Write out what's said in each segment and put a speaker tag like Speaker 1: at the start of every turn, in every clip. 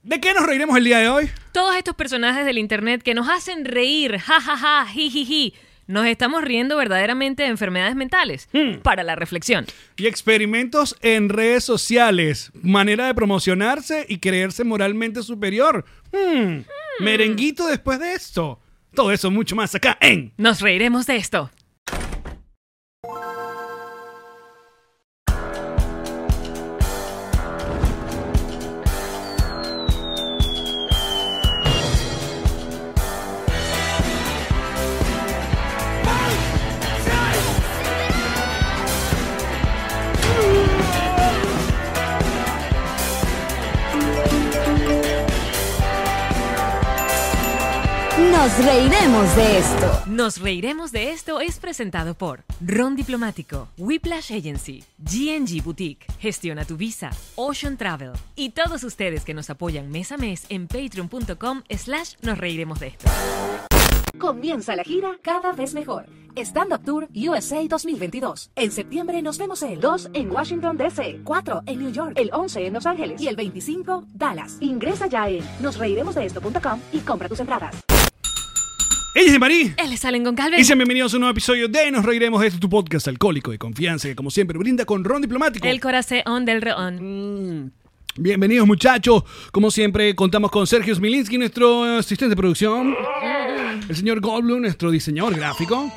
Speaker 1: ¿De qué nos reiremos el día de hoy?
Speaker 2: Todos estos personajes del internet que nos hacen reír, jajaja, jijiji, nos estamos riendo verdaderamente de enfermedades mentales. Para la reflexión.
Speaker 1: Y experimentos en redes sociales, manera de promocionarse y creerse moralmente superior. Mm, Merenguito después de esto. Todo eso mucho más acá en
Speaker 2: Nos reiremos de esto.
Speaker 3: Nos reiremos de esto.
Speaker 2: Nos reiremos de esto es presentado por Ron Diplomático, Whiplash Agency, GNG Boutique, Gestiona tu Visa, Ocean Travel y todos ustedes que nos apoyan mes a mes en patreon.com slash nos reiremos de esto.
Speaker 4: Comienza la gira cada vez mejor. Stand Up Tour USA 2022. En septiembre nos vemos el 2 en Washington DC, 4 en New York, el 11 en Los Ángeles y el 25 Dallas. Ingresa ya en nosreiremosdeesto.com y compra tus entradas.
Speaker 1: Ella de Marí.
Speaker 2: Él es Allen Goncalves.
Speaker 1: Y sean bienvenidos a un nuevo episodio de Nos Reiremos. Este es tu podcast alcohólico de confianza que, como siempre, brinda con ron diplomático.
Speaker 2: El corazón del reón.
Speaker 1: Bienvenidos, muchachos. Como siempre, contamos con Sergio Smilinski, nuestro asistente de producción. El señor Goldblum, nuestro diseñador gráfico.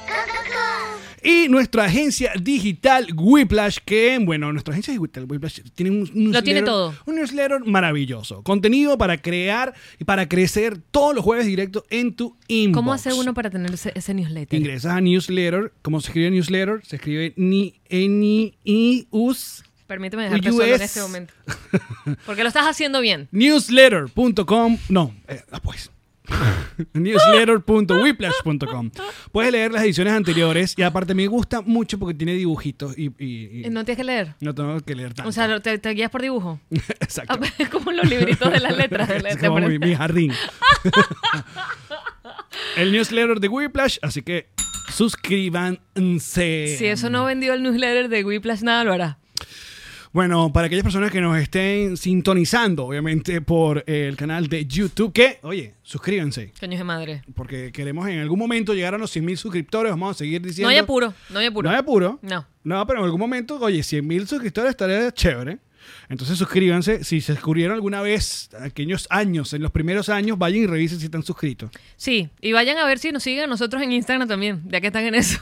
Speaker 1: Y nuestra agencia digital Whiplash, que, bueno, nuestra agencia digital Whiplash tiene un, un
Speaker 2: Lo tiene
Speaker 1: newsletter-
Speaker 2: todo.
Speaker 1: un newsletter maravilloso. Contenido para crear y para crecer todos los jueves directo en tu inbox.
Speaker 2: ¿Cómo hace uno para tener ese, ese newsletter?
Speaker 1: Ingresas a newsletter. ¿Cómo se escribe newsletter? Se escribe ni ni i us
Speaker 2: Permíteme dejarte solo en
Speaker 1: US.
Speaker 2: este momento. Porque lo estás haciendo bien.
Speaker 1: newsletter.com. No, eh, ah, pues. newsletter.whiplash.com. Puedes leer las ediciones anteriores y aparte me gusta mucho porque tiene dibujitos y, y- y
Speaker 2: Eh, No tienes que leer.
Speaker 1: no tengo que leer tanto.
Speaker 2: O sea, lo- te, te guías por dibujo.
Speaker 1: Exacto.
Speaker 2: Es como los libritos de las letras. de la-
Speaker 1: Es
Speaker 2: te
Speaker 1: como mi,
Speaker 2: ponen-
Speaker 1: mi jardín. El newsletter de Whiplash, así que suscríbanse.
Speaker 2: Si eso no vendió el newsletter de Whiplash, nada lo hará.
Speaker 1: Bueno, para aquellas personas que nos estén sintonizando, obviamente, por eh, el canal de YouTube, que, oye, suscríbanse.
Speaker 2: Coño de madre.
Speaker 1: Porque queremos en algún momento llegar a los 100.000 suscriptores. Vamos a seguir diciendo.
Speaker 2: No hay apuro, no hay apuro.
Speaker 1: No hay apuro.
Speaker 2: No.
Speaker 1: No, pero en algún momento, oye, 100.000 suscriptores estaría chévere. Entonces suscríbanse. Si se suscribieron alguna vez, aquellos años, en los primeros años, vayan y revisen si están suscritos.
Speaker 2: Sí, y vayan a ver si nos siguen a nosotros en Instagram también, ya que están en eso.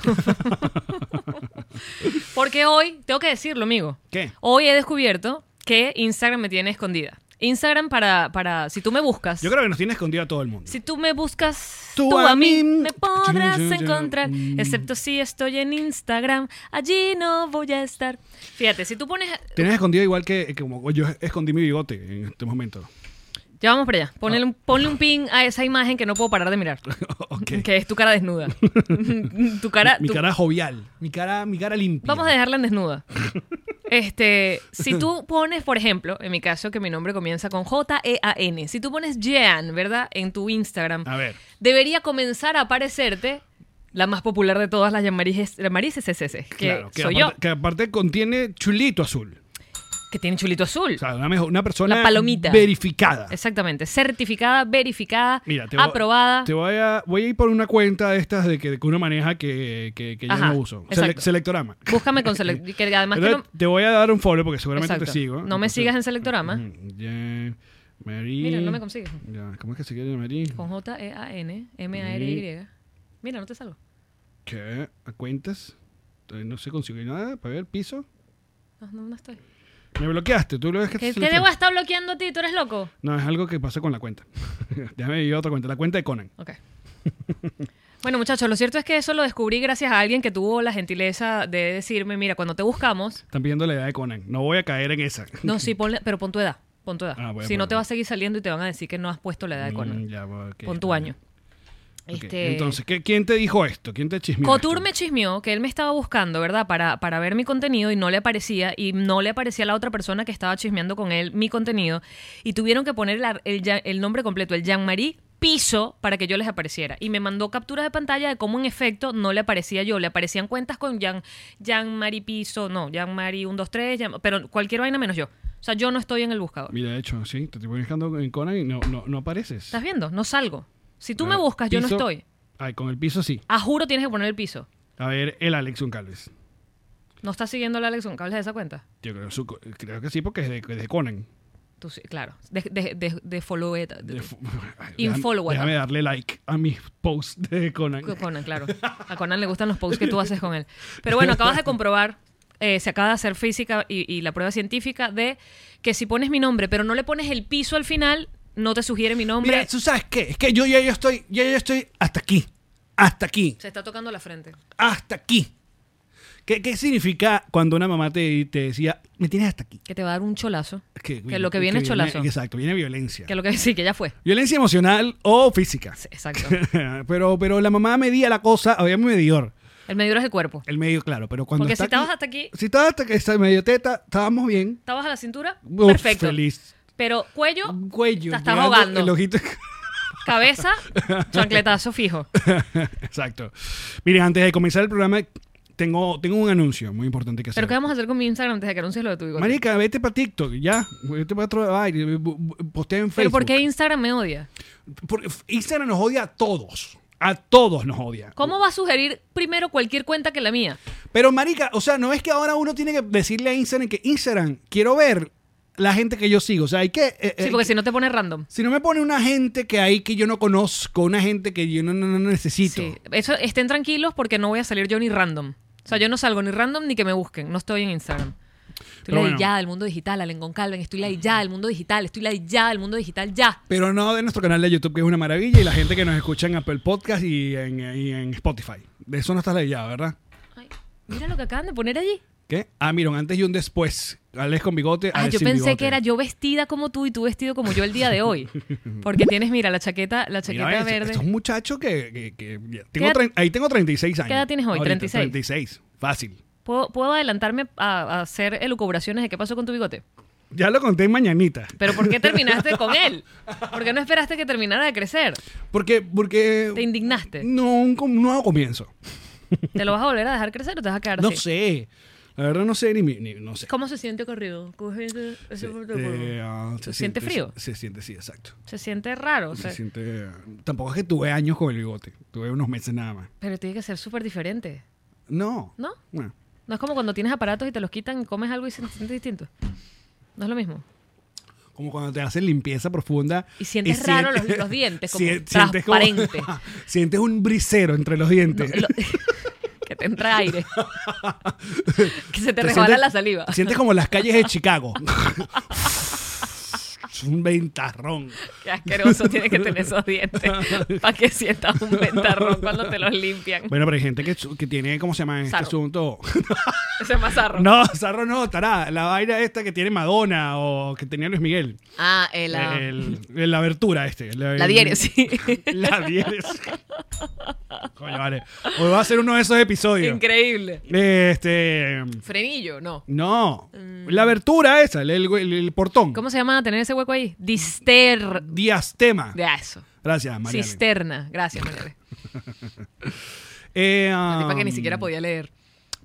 Speaker 2: Porque hoy, tengo que decirlo, amigo.
Speaker 1: ¿Qué?
Speaker 2: Hoy he descubierto que Instagram me tiene escondida. Instagram para, para si tú me buscas.
Speaker 1: Yo creo que nos tiene escondido a todo el mundo.
Speaker 2: Si tú me buscas,
Speaker 1: Tú
Speaker 2: tú,
Speaker 1: a
Speaker 2: a
Speaker 1: mí.
Speaker 2: mí me podrás
Speaker 1: Chun, chun, chun.
Speaker 2: encontrar, excepto si estoy en Instagram, allí no voy a estar. Fíjate, si tú pones...
Speaker 1: Tienes escondido igual que, que como yo escondí mi bigote en este momento.
Speaker 2: Ya vamos para allá,
Speaker 1: Ah.
Speaker 2: ponle, un- ponle un pin a esa imagen que no puedo parar de mirar,
Speaker 1: ok.
Speaker 2: que es tu cara desnuda. tu cara...
Speaker 1: mi
Speaker 2: tu-
Speaker 1: cara jovial, mi cara, mi cara limpia.
Speaker 2: Vamos a dejarla en desnuda. Este, si tú pones, por ejemplo, en mi caso que mi nombre comienza con J-E-A-N, si tú pones Jean, ¿verdad? En tu Instagram,
Speaker 1: A ver.
Speaker 2: debería comenzar a aparecerte la más popular de todas las llamarices, llamarices SS, que
Speaker 1: Claro, que,
Speaker 2: soy
Speaker 1: aparte,
Speaker 2: yo,
Speaker 1: que aparte contiene chulito azul.
Speaker 2: que tiene chulito azul.
Speaker 1: O sea, una, mejo- una persona
Speaker 2: La palomita.
Speaker 1: verificada.
Speaker 2: Exactamente, certificada, verificada,
Speaker 1: Mira, te voy-
Speaker 2: aprobada.
Speaker 1: Te voy a, voy a ir por una cuenta de estas de que, que uno maneja que, que, que yo
Speaker 2: Ajá,
Speaker 1: no uso. Sele-
Speaker 2: exacto.
Speaker 1: selectorama.
Speaker 2: Búscame con select- que además que
Speaker 1: Entonces,
Speaker 2: no-
Speaker 1: Te voy a dar un follow porque seguramente
Speaker 2: Exacto.
Speaker 1: te sigo.
Speaker 2: No me sigas en Selectorama.
Speaker 1: Ujú, ya, Marí-
Speaker 2: Mira, no me consigues.
Speaker 1: Ya, ¿Cómo es que se quiere Marí?
Speaker 2: Con E J-E-A-N, M-A-R-Y. Mira, no te salgo.
Speaker 1: ¿Qué? ¿A cuentas? Entonces, No se consigue nada. Para ver, piso.
Speaker 2: No, no, no estoy.
Speaker 1: Me bloqueaste. Tú lo ves que
Speaker 2: ¿Qué,
Speaker 1: se
Speaker 2: qué
Speaker 1: le fue.
Speaker 2: debo estar bloqueando a ti? ¿Tú eres loco?
Speaker 1: No, es algo que pasa con la cuenta. Déjame ir a otra cuenta. La cuenta de Conan.
Speaker 2: Ok. Bueno, muchachos, lo cierto es que eso lo descubrí gracias a alguien que tuvo la gentileza de decirme, mira, cuando te buscamos,
Speaker 1: Están pidiendo la edad de Conan. No voy a caer en esa.
Speaker 2: no, sí, ponle, pero pon tu edad, pon tu edad.
Speaker 1: Ah, voy a
Speaker 2: si no
Speaker 1: poner.
Speaker 2: te va a seguir saliendo y te van a decir que no has puesto la edad de Conan.
Speaker 1: Mm, ya, ok,
Speaker 2: pon tu
Speaker 1: está
Speaker 2: año.
Speaker 1: bien. Ok,
Speaker 2: Este,
Speaker 1: Entonces, ¿qué- ¿quién te dijo esto? ¿Quién te chismeó?
Speaker 2: Cotur
Speaker 1: esto?
Speaker 2: me chismeó que él me estaba buscando, ¿verdad? Para, para ver mi contenido y no le aparecía. Y no le aparecía a la otra persona que estaba chismeando con él mi contenido. Y tuvieron que poner la- el, ya- el nombre completo, el Jean-Marie Piso, para que yo les apareciera. Y me mandó capturas de pantalla de cómo en efecto no le aparecía yo. Le aparecían cuentas con Jean- Jean-Marie Piso, no, Jean-Marie 123, Jean- pero cualquier vaina menos yo. O sea, yo no estoy en el buscador.
Speaker 1: Mira, de hecho, sí, te estoy buscando en Conan y no, no, no apareces.
Speaker 2: ¿Estás viendo? No salgo. Si tú me
Speaker 1: Ah,
Speaker 2: buscas, yo no
Speaker 1: piso-
Speaker 2: estoy.
Speaker 1: Ay, con el piso sí.
Speaker 2: A juro tienes que poner el piso.
Speaker 1: A ver, el Alex Uncalves.
Speaker 2: ¿No estás siguiendo la lección cables de esa cuenta?
Speaker 1: Yo creo, su- creo que sí, porque es de, es de Conan.
Speaker 2: Tú sí, claro. De, de, de, de followeta- de-
Speaker 1: De fu- Ay,
Speaker 2: Infollow,
Speaker 1: déjame- Déjame
Speaker 2: ¿no?
Speaker 1: darle like a mis posts de Conan.
Speaker 2: con Conan, claro. A Conan le gustan los posts que tú haces con él. Pero bueno, acabas de comprobar, eh, se acaba de hacer física y, y la prueba científica de que si pones mi nombre, pero no le pones el piso al final, no te sugiere mi nombre.
Speaker 1: Mira, ¿tú sabes qué? Es que yo ya yo estoy, ya yo estoy hasta aquí. Hasta aquí.
Speaker 2: se está tocando la frente.
Speaker 1: Hasta aquí. ¿Qué, qué significa cuando una mamá te, te decía, me tienes hasta aquí?
Speaker 2: Que te va a dar un cholazo.
Speaker 1: Es
Speaker 2: Que, lo que viene es cholazo.
Speaker 1: Exacto, viene violencia.
Speaker 2: que lo que sí, que ya fue.
Speaker 1: Violencia emocional o física.
Speaker 2: Sí, Exacto.
Speaker 1: pero, pero la mamá medía la cosa, había un medidor.
Speaker 2: El medidor es el cuerpo.
Speaker 1: El medio, claro, pero cuando.
Speaker 2: Porque
Speaker 1: está
Speaker 2: si estabas hasta aquí-
Speaker 1: Si estabas hasta que esta medio teta, estábamos bien.
Speaker 2: ¿Estabas a la cintura?
Speaker 1: Uf,
Speaker 2: Perfecto.
Speaker 1: feliz.
Speaker 2: Pero cuello,
Speaker 1: Un cuello.
Speaker 2: te estás
Speaker 1: llegando
Speaker 2: ahogando.
Speaker 1: El ojito.
Speaker 2: Cabeza, chancletazo fijo.
Speaker 1: Exacto. Miren, antes de comenzar el programa, tengo, tengo un anuncio muy importante que hacer.
Speaker 2: Pero ¿qué vamos a hacer con mi Instagram antes de que anuncies lo de tu bigote?
Speaker 1: Marica, vete para TikTok, ya. Vete para otro aire. bu- bu- Postea en
Speaker 2: ¿Pero
Speaker 1: Facebook.
Speaker 2: por qué Instagram me odia?
Speaker 1: Porque Instagram nos odia a todos. A todos nos odia.
Speaker 2: ¿Cómo va a sugerir primero cualquier cuenta que la mía?
Speaker 1: Pero, Marica, o sea, no es que ahora uno tiene que decirle a Instagram que Instagram, quiero ver la gente que yo sigo. O sea, hay que. eh,
Speaker 2: Sí,
Speaker 1: eh,
Speaker 2: porque si no te pones random.
Speaker 1: Si no me pone una gente que hay que yo no conozco, una gente que yo no, no- no necesito.
Speaker 2: Sí. Eso, estén tranquilos porque no voy a salir yo ni random. O sea, yo no salgo ni random ni que me busquen. No estoy en Instagram. Estoy
Speaker 1: Pero
Speaker 2: la
Speaker 1: bueno.
Speaker 2: ya del mundo digital, Alengón Calvin. Estoy la ya del mundo digital. Estoy la ya del mundo digital ya.
Speaker 1: Pero no de nuestro canal de YouTube, que es una maravilla, y la gente que nos escucha en Apple Podcast y en, y en Spotify. De eso no estás leyado, ¿verdad?
Speaker 2: Ay, mira lo que acaban de poner allí.
Speaker 1: ¿Qué? Ah, mira, un antes y un después. Alex con bigote,
Speaker 2: Ah,
Speaker 1: Alex
Speaker 2: yo
Speaker 1: sin
Speaker 2: pensé
Speaker 1: bigote.
Speaker 2: que era yo vestida como tú y tú vestido como yo el día de hoy. Porque tienes, mira, la chaqueta,
Speaker 1: Mira,
Speaker 2: la chaqueta
Speaker 1: ves,
Speaker 2: verde.
Speaker 1: esto es un muchacho que... que- que- tengo
Speaker 2: edad-
Speaker 1: trein- ahí tengo 36 años.
Speaker 2: edad tienes hoy? 36.
Speaker 1: 36. Fácil.
Speaker 2: ¿Puedo, puedo adelantarme a, a hacer elucubraciones de qué pasó con tu bigote?
Speaker 1: Ya lo conté en mañanita.
Speaker 2: ¿Pero por qué terminaste con él? ¿Por qué no esperaste que terminara de crecer?
Speaker 1: Porque... porque
Speaker 2: ¿Te indignaste?
Speaker 1: no, un, com- un nuevo comienzo.
Speaker 2: ¿Te lo vas a volver a dejar crecer o te vas a quedar
Speaker 1: No
Speaker 2: así?
Speaker 1: sé. La verdad no sé ni... mi- ni no sé.
Speaker 2: ¿Cómo se siente corrido? Coge ese- ese fuerte polvo.
Speaker 1: Eh, ah,
Speaker 2: ¿Se siente frío?
Speaker 1: Se, siente, sí, exacto.
Speaker 2: Se siente raro. o sea,
Speaker 1: Se siente... Tampoco es que tuve años con el bigote. Tuve unos meses nada más.
Speaker 2: Pero tiene que ser súper diferente.
Speaker 1: No.
Speaker 2: ¿No?
Speaker 1: Bueno,
Speaker 2: No es como cuando tienes aparatos y te los quitan y comes algo y se siente distinto. No es lo mismo.
Speaker 1: como cuando te hacen limpieza profunda.
Speaker 2: Y sientes
Speaker 1: sien-
Speaker 2: raro los- los dientes, como
Speaker 1: sien- sientes como-
Speaker 2: transparente.
Speaker 1: sientes un brisero entre los dientes.
Speaker 2: Lo- que te entra aire. que se te,
Speaker 1: Te
Speaker 2: resbala
Speaker 1: sientes-
Speaker 2: la saliva.
Speaker 1: Sientes como las calles de Chicago. es un ventarrón.
Speaker 2: Qué asqueroso tienes que tener esos dientes para que sientas un ventarrón cuando te los limpian.
Speaker 1: Bueno, pero hay gente que, su- que tiene, ¿cómo se llama este
Speaker 2: Sarro.
Speaker 1: asunto?
Speaker 2: Ese es más zarro.
Speaker 1: no, Sarro no, tará. La vaina esta que tiene Madonna o que tenía Luis Miguel.
Speaker 2: Ah, el, ah,
Speaker 1: El- el- la abertura este. La,
Speaker 2: la
Speaker 1: el-
Speaker 2: diaria, sí.
Speaker 1: La dieres. Coño, vale. Hoy va a ser uno de esos episodios.
Speaker 2: Increíble.
Speaker 1: Este.
Speaker 2: Frenillo, no.
Speaker 1: No. La abertura esa, el, el- el- el portón.
Speaker 2: Mm. ¿Cómo se llama tener ese hueco ahí? Dister...
Speaker 1: Diastema.
Speaker 2: De eso.
Speaker 1: Gracias, María.
Speaker 2: Cisterna. Gracias, Mariale.
Speaker 1: Eh,
Speaker 2: La tipa que
Speaker 1: um,
Speaker 2: ni
Speaker 1: Ah.
Speaker 2: siquiera podía leer.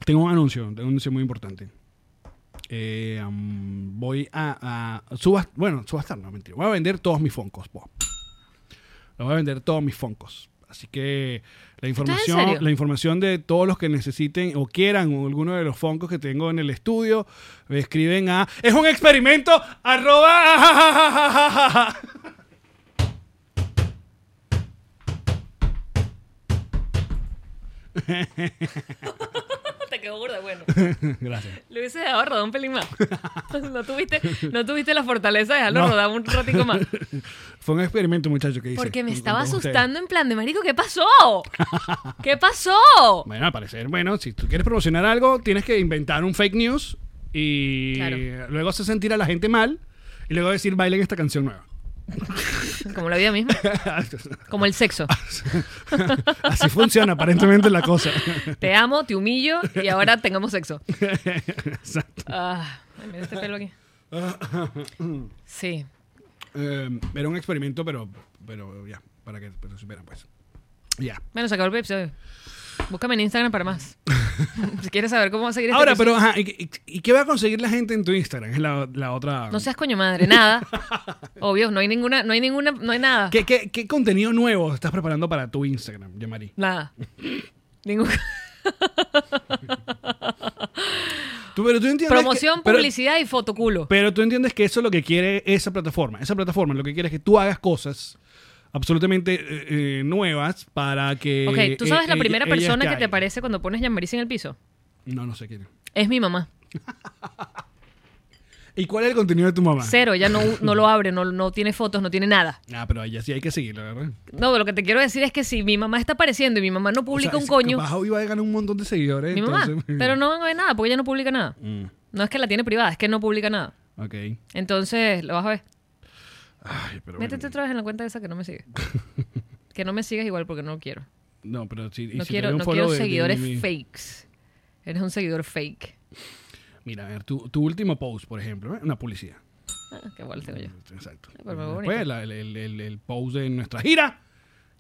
Speaker 1: Tengo un anuncio, tengo un anuncio muy importante. Eh, am, voy a, a subas- bueno, subastar, no mentira. Voy a vender todos mis foncos. Los voy a vender todos mis foncos. Así que la información,
Speaker 2: serio?
Speaker 1: la información de todos los que necesiten o quieran o alguno de los foncos que tengo en el estudio, me escriben a es un experimento arroba.
Speaker 2: Te quedó burda, bueno.
Speaker 1: Gracias.
Speaker 2: Lo hubiese dejado rodar un pelín más. No tuviste, no tuviste la fortaleza de dejarlo rodar un ratico más.
Speaker 1: Fue un experimento, muchacho, que hice.
Speaker 2: Porque me
Speaker 1: con-
Speaker 2: estaba
Speaker 1: con ustedes.
Speaker 2: asustando en plan de marico, ¿qué pasó? ¿Qué pasó?
Speaker 1: Bueno, al parecer, bueno, si tú quieres promocionar algo, tienes que inventar un fake news y
Speaker 2: Claro.
Speaker 1: luego hacer sentir a la gente mal y luego decir, bailen esta canción nueva.
Speaker 2: Como la vida misma. Como el sexo.
Speaker 1: Así funciona aparentemente la cosa.
Speaker 2: Te amo, te humillo y ahora tengamos sexo.
Speaker 1: Exacto.
Speaker 2: Ah, ay, mira este pelo aquí. Sí.
Speaker 1: Eh, era un experimento, pero, pero ya, para que pero superan, pues. Ya.
Speaker 2: Bueno, se acabó el episodio. Búscame en Instagram para más. si quieres saber cómo va a seguir este
Speaker 1: Ahora,
Speaker 2: episodio.
Speaker 1: pero, ajá, ¿y, qué- y qué va a conseguir la gente en tu Instagram? Es la, la otra...
Speaker 2: No seas coño madre, nada. Obvio, no hay ninguna, no hay ninguna, no hay nada.
Speaker 1: ¿Qué, qué, qué contenido nuevo estás preparando para tu Instagram, Yamari?
Speaker 2: Nada. Ningún...
Speaker 1: Tú, pero tú entiendes que-
Speaker 2: Promoción,
Speaker 1: pero-
Speaker 2: publicidad y fotoculo.
Speaker 1: Pero tú entiendes que eso es lo que quiere esa plataforma. Esa plataforma lo que quiere es que tú hagas cosas absolutamente eh, eh, nuevas para que...
Speaker 2: Ok, ¿tú sabes
Speaker 1: eh,
Speaker 2: la
Speaker 1: ella-
Speaker 2: persona
Speaker 1: ella
Speaker 2: persona
Speaker 1: esté
Speaker 2: que te
Speaker 1: ahí.
Speaker 2: aparece cuando pones Yamaris en el piso?
Speaker 1: No, no sé quién. es.
Speaker 2: Es mi mamá.
Speaker 1: ¿Y cuál es el contenido de tu mamá?
Speaker 2: Cero, ella no, no lo abre, no, no tiene fotos, no tiene nada.
Speaker 1: Ah, pero a ella sí hay que seguirla, ¿verdad?
Speaker 2: No, lo que te quiero decir es que si mi mamá está apareciendo y mi mamá no publica
Speaker 1: O sea,
Speaker 2: un coño,
Speaker 1: Capaz hoy va a ganar un montón de seguidores.
Speaker 2: mi mamá,
Speaker 1: entonces-
Speaker 2: pero no van a ver nada porque ella no publica nada.
Speaker 1: Mm,
Speaker 2: No es que la tiene privada, es que no publica nada.
Speaker 1: ok.
Speaker 2: Entonces, lo vas a ver.
Speaker 1: Ay, pero bueno.
Speaker 2: Métete otra vez en la cuenta esa que no me sigue. que no me sigas igual porque no quiero.
Speaker 1: No, pero sí. y
Speaker 2: No
Speaker 1: si tuviera
Speaker 2: quiero,
Speaker 1: un
Speaker 2: no
Speaker 1: follow
Speaker 2: quiero
Speaker 1: de- de-
Speaker 2: seguidores
Speaker 1: de-
Speaker 2: fakes. Eres un seguidor fake.
Speaker 1: Mira, a ver, tu, tu último post, por ejemplo, ¿eh? una publicidad.
Speaker 2: Ah, qué bola tengo yo.
Speaker 1: Exacto.
Speaker 2: pero muy
Speaker 1: Después
Speaker 2: bonito.
Speaker 1: la- el, el- el- el post de nuestra gira,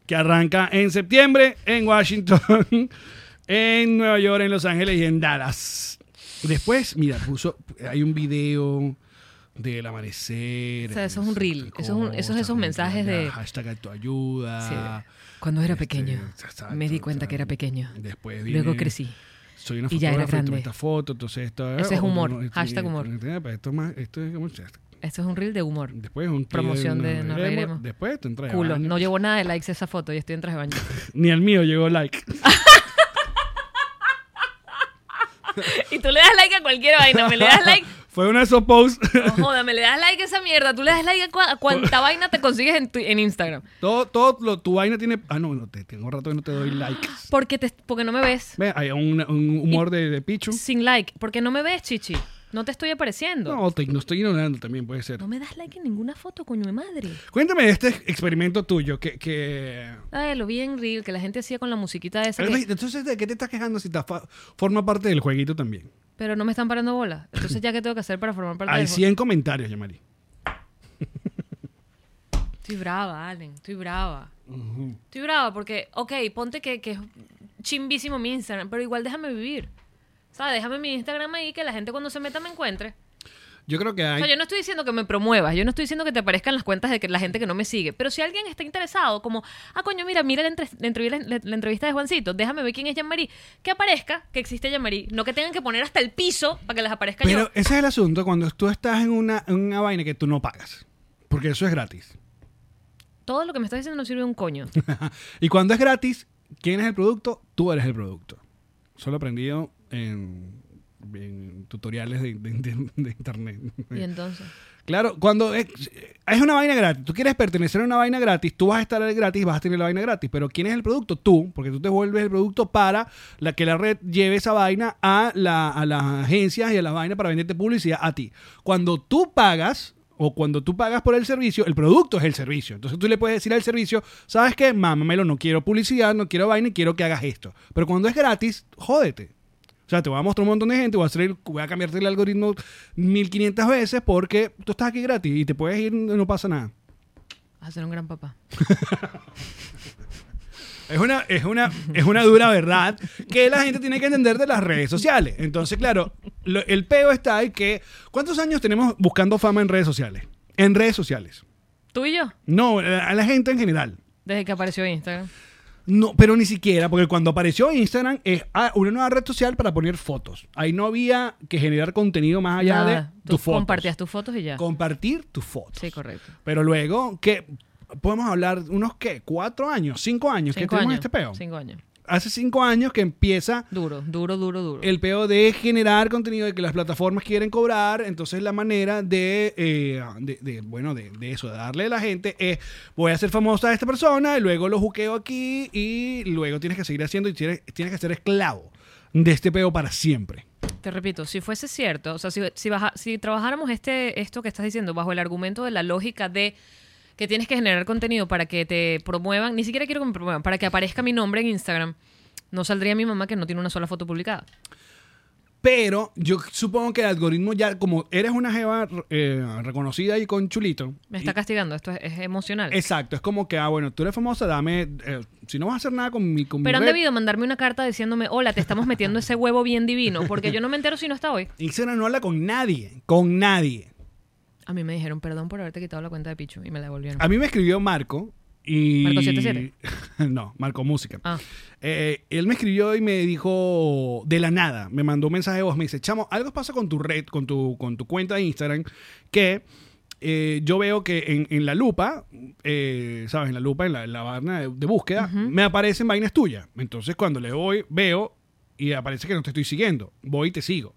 Speaker 1: que arranca en septiembre en Washington, en Nueva York, en Los Ángeles y en Dallas. Después, mira, puso, hay un video del amanecer.
Speaker 2: O sea, eso es un reel, eso es un- eso es
Speaker 1: cosas,
Speaker 2: esos mensajes de-
Speaker 1: Hashtag a tu ayuda.
Speaker 2: Sí. Cuando era
Speaker 1: Este,
Speaker 2: pequeño,
Speaker 1: exacto,
Speaker 2: me di cuenta que era pequeño.
Speaker 1: Después
Speaker 2: Luego
Speaker 1: viene-
Speaker 2: crecí.
Speaker 1: soy una
Speaker 2: Y ya era
Speaker 1: fotógrafa y tomé
Speaker 2: grande.
Speaker 1: esta foto, entonces esto... oh,
Speaker 2: Ese es
Speaker 1: o-
Speaker 2: humor,
Speaker 1: o- o-
Speaker 2: hashtag humor.
Speaker 1: Esto es más, esto es como-
Speaker 2: Esto es un reel de humor.
Speaker 1: Después un tío
Speaker 2: Promoción de Nos Reiremos.
Speaker 1: Después te entra
Speaker 2: Culo. No llevo nada de likes a esa foto y estoy en traje de baño.
Speaker 1: Ni el mío llegó like.
Speaker 2: y tú le das like a cualquier vaina. Me le das like.
Speaker 1: Fue uno de esos posts.
Speaker 2: No joda, me le das like a esa mierda. Tú le das like a, cua- a cuánta vaina te consigues en, tu- en Instagram.
Speaker 1: todo, todo lo- tu vaina tiene. Ah, no, no te, tengo rato que no te doy like.
Speaker 2: Porque, te, porque no me ves.
Speaker 1: Ve, hay un, un humor de, de Pichu.
Speaker 2: Sin like. Porque no me ves, chichi. No te estoy apareciendo. No,
Speaker 1: No, te, no estoy ignorando también, puede ser.
Speaker 2: me das like en ninguna foto, coño de madre.
Speaker 1: Cuéntame de este experimento tuyo que. que...
Speaker 2: Ay, lo vi en Reel que la gente hacía con la musiquita esa. que-
Speaker 1: Entonces, ¿de qué te estás quejando si te fa- forma parte del jueguito también?
Speaker 2: pero no me están parando bola. Entonces, ¿ya qué tengo que hacer para formar parte
Speaker 1: Hay
Speaker 2: del juego?
Speaker 1: 100 comentarios, Yamari.
Speaker 2: Estoy brava, Allen. Estoy brava. Estoy brava porque, ok, ponte que, que es chimbísimo mi Instagram, pero igual déjame vivir. O sea, déjame mi Instagram ahí que la gente cuando se meta me encuentre.
Speaker 1: Yo creo que
Speaker 2: O
Speaker 1: hay.
Speaker 2: sea, yo no estoy diciendo que me promuevas, yo no estoy diciendo que te aparezcan las cuentas de que la gente que no me sigue, pero si alguien está interesado, como, ah, coño, mira, mira la, entre- la entrevista, la- la entrevista de Juancito, déjame ver quién es Jean-Marie, que aparezca que existe Jean-Marie, no que tengan que poner hasta el piso para que les aparezca
Speaker 1: Pero
Speaker 2: yo.
Speaker 1: ese es el asunto cuando tú estás en una, en una vaina que tú no pagas. Porque eso es gratis.
Speaker 2: Todo lo que me estás diciendo no sirve de un coño.
Speaker 1: y cuando es gratis, ¿quién es el producto? Tú eres el producto. Solo aprendido en, en tutoriales de, de- de- de internet.
Speaker 2: Y entonces.
Speaker 1: Claro, cuando es, es una vaina gratis, tú quieres pertenecer a una vaina gratis, tú vas a estar ahí gratis, vas a tener la vaina gratis, pero ¿quién es el producto? Tú, porque tú te vuelves el producto para la que la red lleve esa vaina a, la- a las agencias y a las vainas para venderte publicidad a ti. Cuando tú pagas o cuando tú pagas por el servicio, el producto es el servicio. Entonces tú le puedes decir al servicio, ¿sabes qué? Mámamelo, no quiero publicidad, no quiero vaina y quiero que hagas esto. Pero cuando es gratis, jódete. O sea, te voy a mostrar un montón de gente, voy a, hacer el- voy a cambiarte el algoritmo 1500 veces porque tú estás aquí gratis y te puedes ir, no pasa nada.
Speaker 2: Vas a ser un gran papá.
Speaker 1: Es una, es una, es una dura verdad que la gente tiene que entender de las redes sociales. Entonces, claro, lo- el peo está en que. ¿Cuántos años tenemos buscando fama en redes sociales? En redes sociales.
Speaker 2: ¿Tú y yo?
Speaker 1: No, a la gente en general.
Speaker 2: Desde que apareció Instagram.
Speaker 1: No, pero ni siquiera, porque cuando apareció Instagram es ah, una nueva red social para poner fotos. Ahí no había que generar contenido más allá
Speaker 2: Nada,
Speaker 1: Ah, de
Speaker 2: tú
Speaker 1: tus fotos.
Speaker 2: compartías tus fotos y ya.
Speaker 1: Compartir tus fotos.
Speaker 2: Sí, correcto.
Speaker 1: Pero luego, que podemos hablar? ¿Unos qué? ¿Cuatro años? ¿Cinco años? que
Speaker 2: Cinco
Speaker 1: tenemos
Speaker 2: años.
Speaker 1: este peo?
Speaker 2: Cinco años.
Speaker 1: hace cinco años que empieza
Speaker 2: Duro, duro, duro, duro.
Speaker 1: el peo de generar contenido, de que las plataformas quieren cobrar, entonces la manera de, eh, de, de, bueno, de, de eso, de darle a la gente es, voy a hacer famosa a esta persona, y luego lo juqueo aquí y luego tienes que seguir haciendo y tienes, tienes que ser esclavo de este peo para siempre.
Speaker 2: Te repito, si fuese cierto, o sea, si, si, baja- si trabajáramos este, esto que estás diciendo bajo el argumento de la lógica de que tienes que generar contenido para que te promuevan, ni siquiera quiero que me promuevan, para que aparezca mi nombre en Instagram, no saldría mi mamá que no tiene una sola foto publicada.
Speaker 1: Pero yo supongo que el algoritmo ya, como eres una jeva eh, reconocida y con chulito.
Speaker 2: Me está
Speaker 1: y-
Speaker 2: castigando, esto es, es emocional.
Speaker 1: Exacto, es como que, ah, bueno, tú eres famosa, dame, eh, si no vas a hacer nada con mi... Con mi
Speaker 2: Pero han
Speaker 1: red,
Speaker 2: debido mandarme una carta diciéndome, hola, te estamos metiendo ese huevo bien divino, porque yo no me entero si no está hoy.
Speaker 1: Instagram no habla con nadie, con nadie.
Speaker 2: A mí me dijeron, perdón por haberte quitado la cuenta de Pichu y me la devolvieron.
Speaker 1: A mí me escribió Marco y...
Speaker 2: ¿Marco 77?
Speaker 1: no, Marco Música.
Speaker 2: Ah.
Speaker 1: Eh, él me escribió y me dijo de la nada, me mandó un mensaje de voz, me dice, chamo, algo pasa con tu red, con tu, con tu cuenta de Instagram, que eh, yo veo que en, en la lupa, eh, ¿sabes? En la lupa, en la, en la barra de, de búsqueda, me aparecen vainas tuyas. Entonces cuando le voy, veo y aparece que no te estoy siguiendo, voy y te sigo.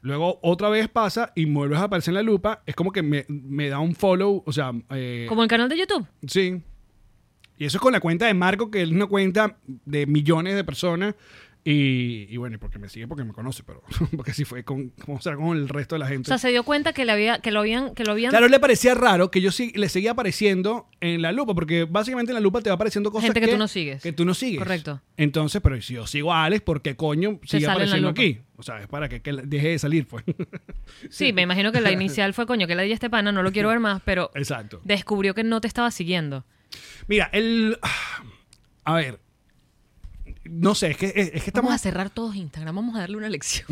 Speaker 1: Luego otra vez pasa y me vuelves a aparecer en la lupa, es como que me, me da un follow, o sea... eh,
Speaker 2: Como el canal de YouTube.
Speaker 1: Sí. Y eso es con la cuenta de Marco, que es una cuenta de millones de personas. Y, y bueno, y porque me sigue, porque me conoce, pero porque si fue con, como será con el resto de la
Speaker 2: O
Speaker 1: gente.
Speaker 2: sea, se dio cuenta que, le había, que lo habían... Que lo habían
Speaker 1: claro, le parecía raro que yo sí le seguía apareciendo en la lupa, porque básicamente en la lupa te va apareciendo cosas
Speaker 2: Gente que tú no sigues.
Speaker 1: Que tú no sigues.
Speaker 2: Correcto.
Speaker 1: Entonces, pero si yo sigo a Alex, ¿por qué coño sigue
Speaker 2: sale en la
Speaker 1: apareciendo
Speaker 2: lupa.
Speaker 1: aquí? O sea, es para que, que deje de salir, pues.
Speaker 2: Sí, me imagino que la inicial fue, coño, que la di a este pana, no lo quiero ver más, pero
Speaker 1: Exacto.
Speaker 2: descubrió que no te estaba siguiendo.
Speaker 1: Mira, el. ah, A ver. No sé, es que, es, es que estamos.
Speaker 2: Vamos a cerrar todos Instagram, vamos a darle una lección.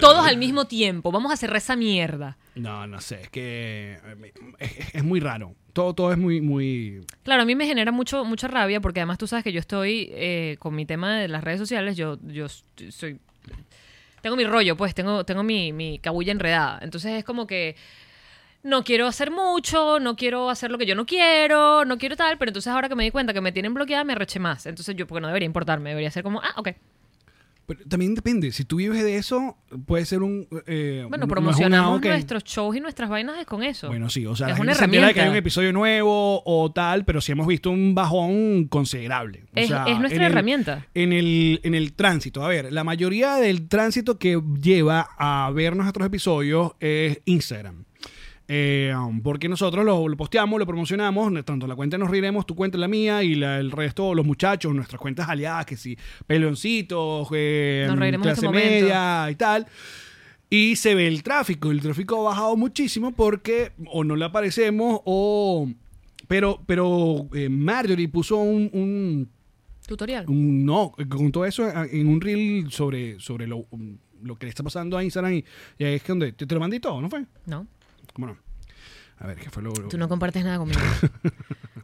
Speaker 2: todos al mismo tiempo, vamos a cerrar esa mierda.
Speaker 1: No, no sé, es que eh, es, es muy raro. Todo, todo es muy, muy...
Speaker 2: Claro, a mí me genera mucho, mucha rabia porque además tú sabes que yo estoy eh, con mi tema de las redes sociales, yo, yo estoy- soy... Tengo mi rollo, pues, tengo, tengo mi, mi cabulla enredada. Entonces es como que no quiero hacer mucho, no quiero hacer lo que yo no quiero, no quiero tal, pero entonces ahora que me di cuenta que me tienen bloqueada, me arreché más. Entonces yo, porque no debería importarme, debería ser como, ah, ok.
Speaker 1: Pero también depende, si tú vives de eso, puede ser un... eh, no- no es
Speaker 2: Bueno,
Speaker 1: un
Speaker 2: promocionamos
Speaker 1: nao que-
Speaker 2: nuestros shows y nuestras vainas es con eso.
Speaker 1: Bueno, sí, o sea,
Speaker 2: es
Speaker 1: la
Speaker 2: una
Speaker 1: gente se entera de que hay
Speaker 2: herramienta.
Speaker 1: un episodio nuevo o tal, pero sí hemos visto un bajón considerable. O
Speaker 2: Es-
Speaker 1: sea,
Speaker 2: es nuestra
Speaker 1: en el-
Speaker 2: herramienta.
Speaker 1: En el, en el tránsito, a ver, la mayoría del tránsito que lleva a ver nuestros episodios es Instagram. Eh, um, porque nosotros lo, lo posteamos, lo promocionamos, no- tanto la cuenta de Nos Riremos, tu cuenta la mía y la- el resto, los muchachos, nuestras cuentas aliadas, que sí, peloncitos, eh,
Speaker 2: Nos Reiremos en
Speaker 1: clase
Speaker 2: este momento.
Speaker 1: media y tal. Y se ve el tráfico. El tráfico ha bajado muchísimo porque o no le aparecemos o... Pero, pero eh, Marjorie puso un- un
Speaker 2: Tutorial.
Speaker 1: un- No, con todo eso a- en un reel sobre, sobre lo, um, lo que le está pasando a Instagram y, y ahí es que donde te, te lo mandé y todo, ¿no fue?
Speaker 2: No,
Speaker 1: ¿Cómo no? A ver, ¿qué fue lo, lo-
Speaker 2: tú no compartes nada conmigo.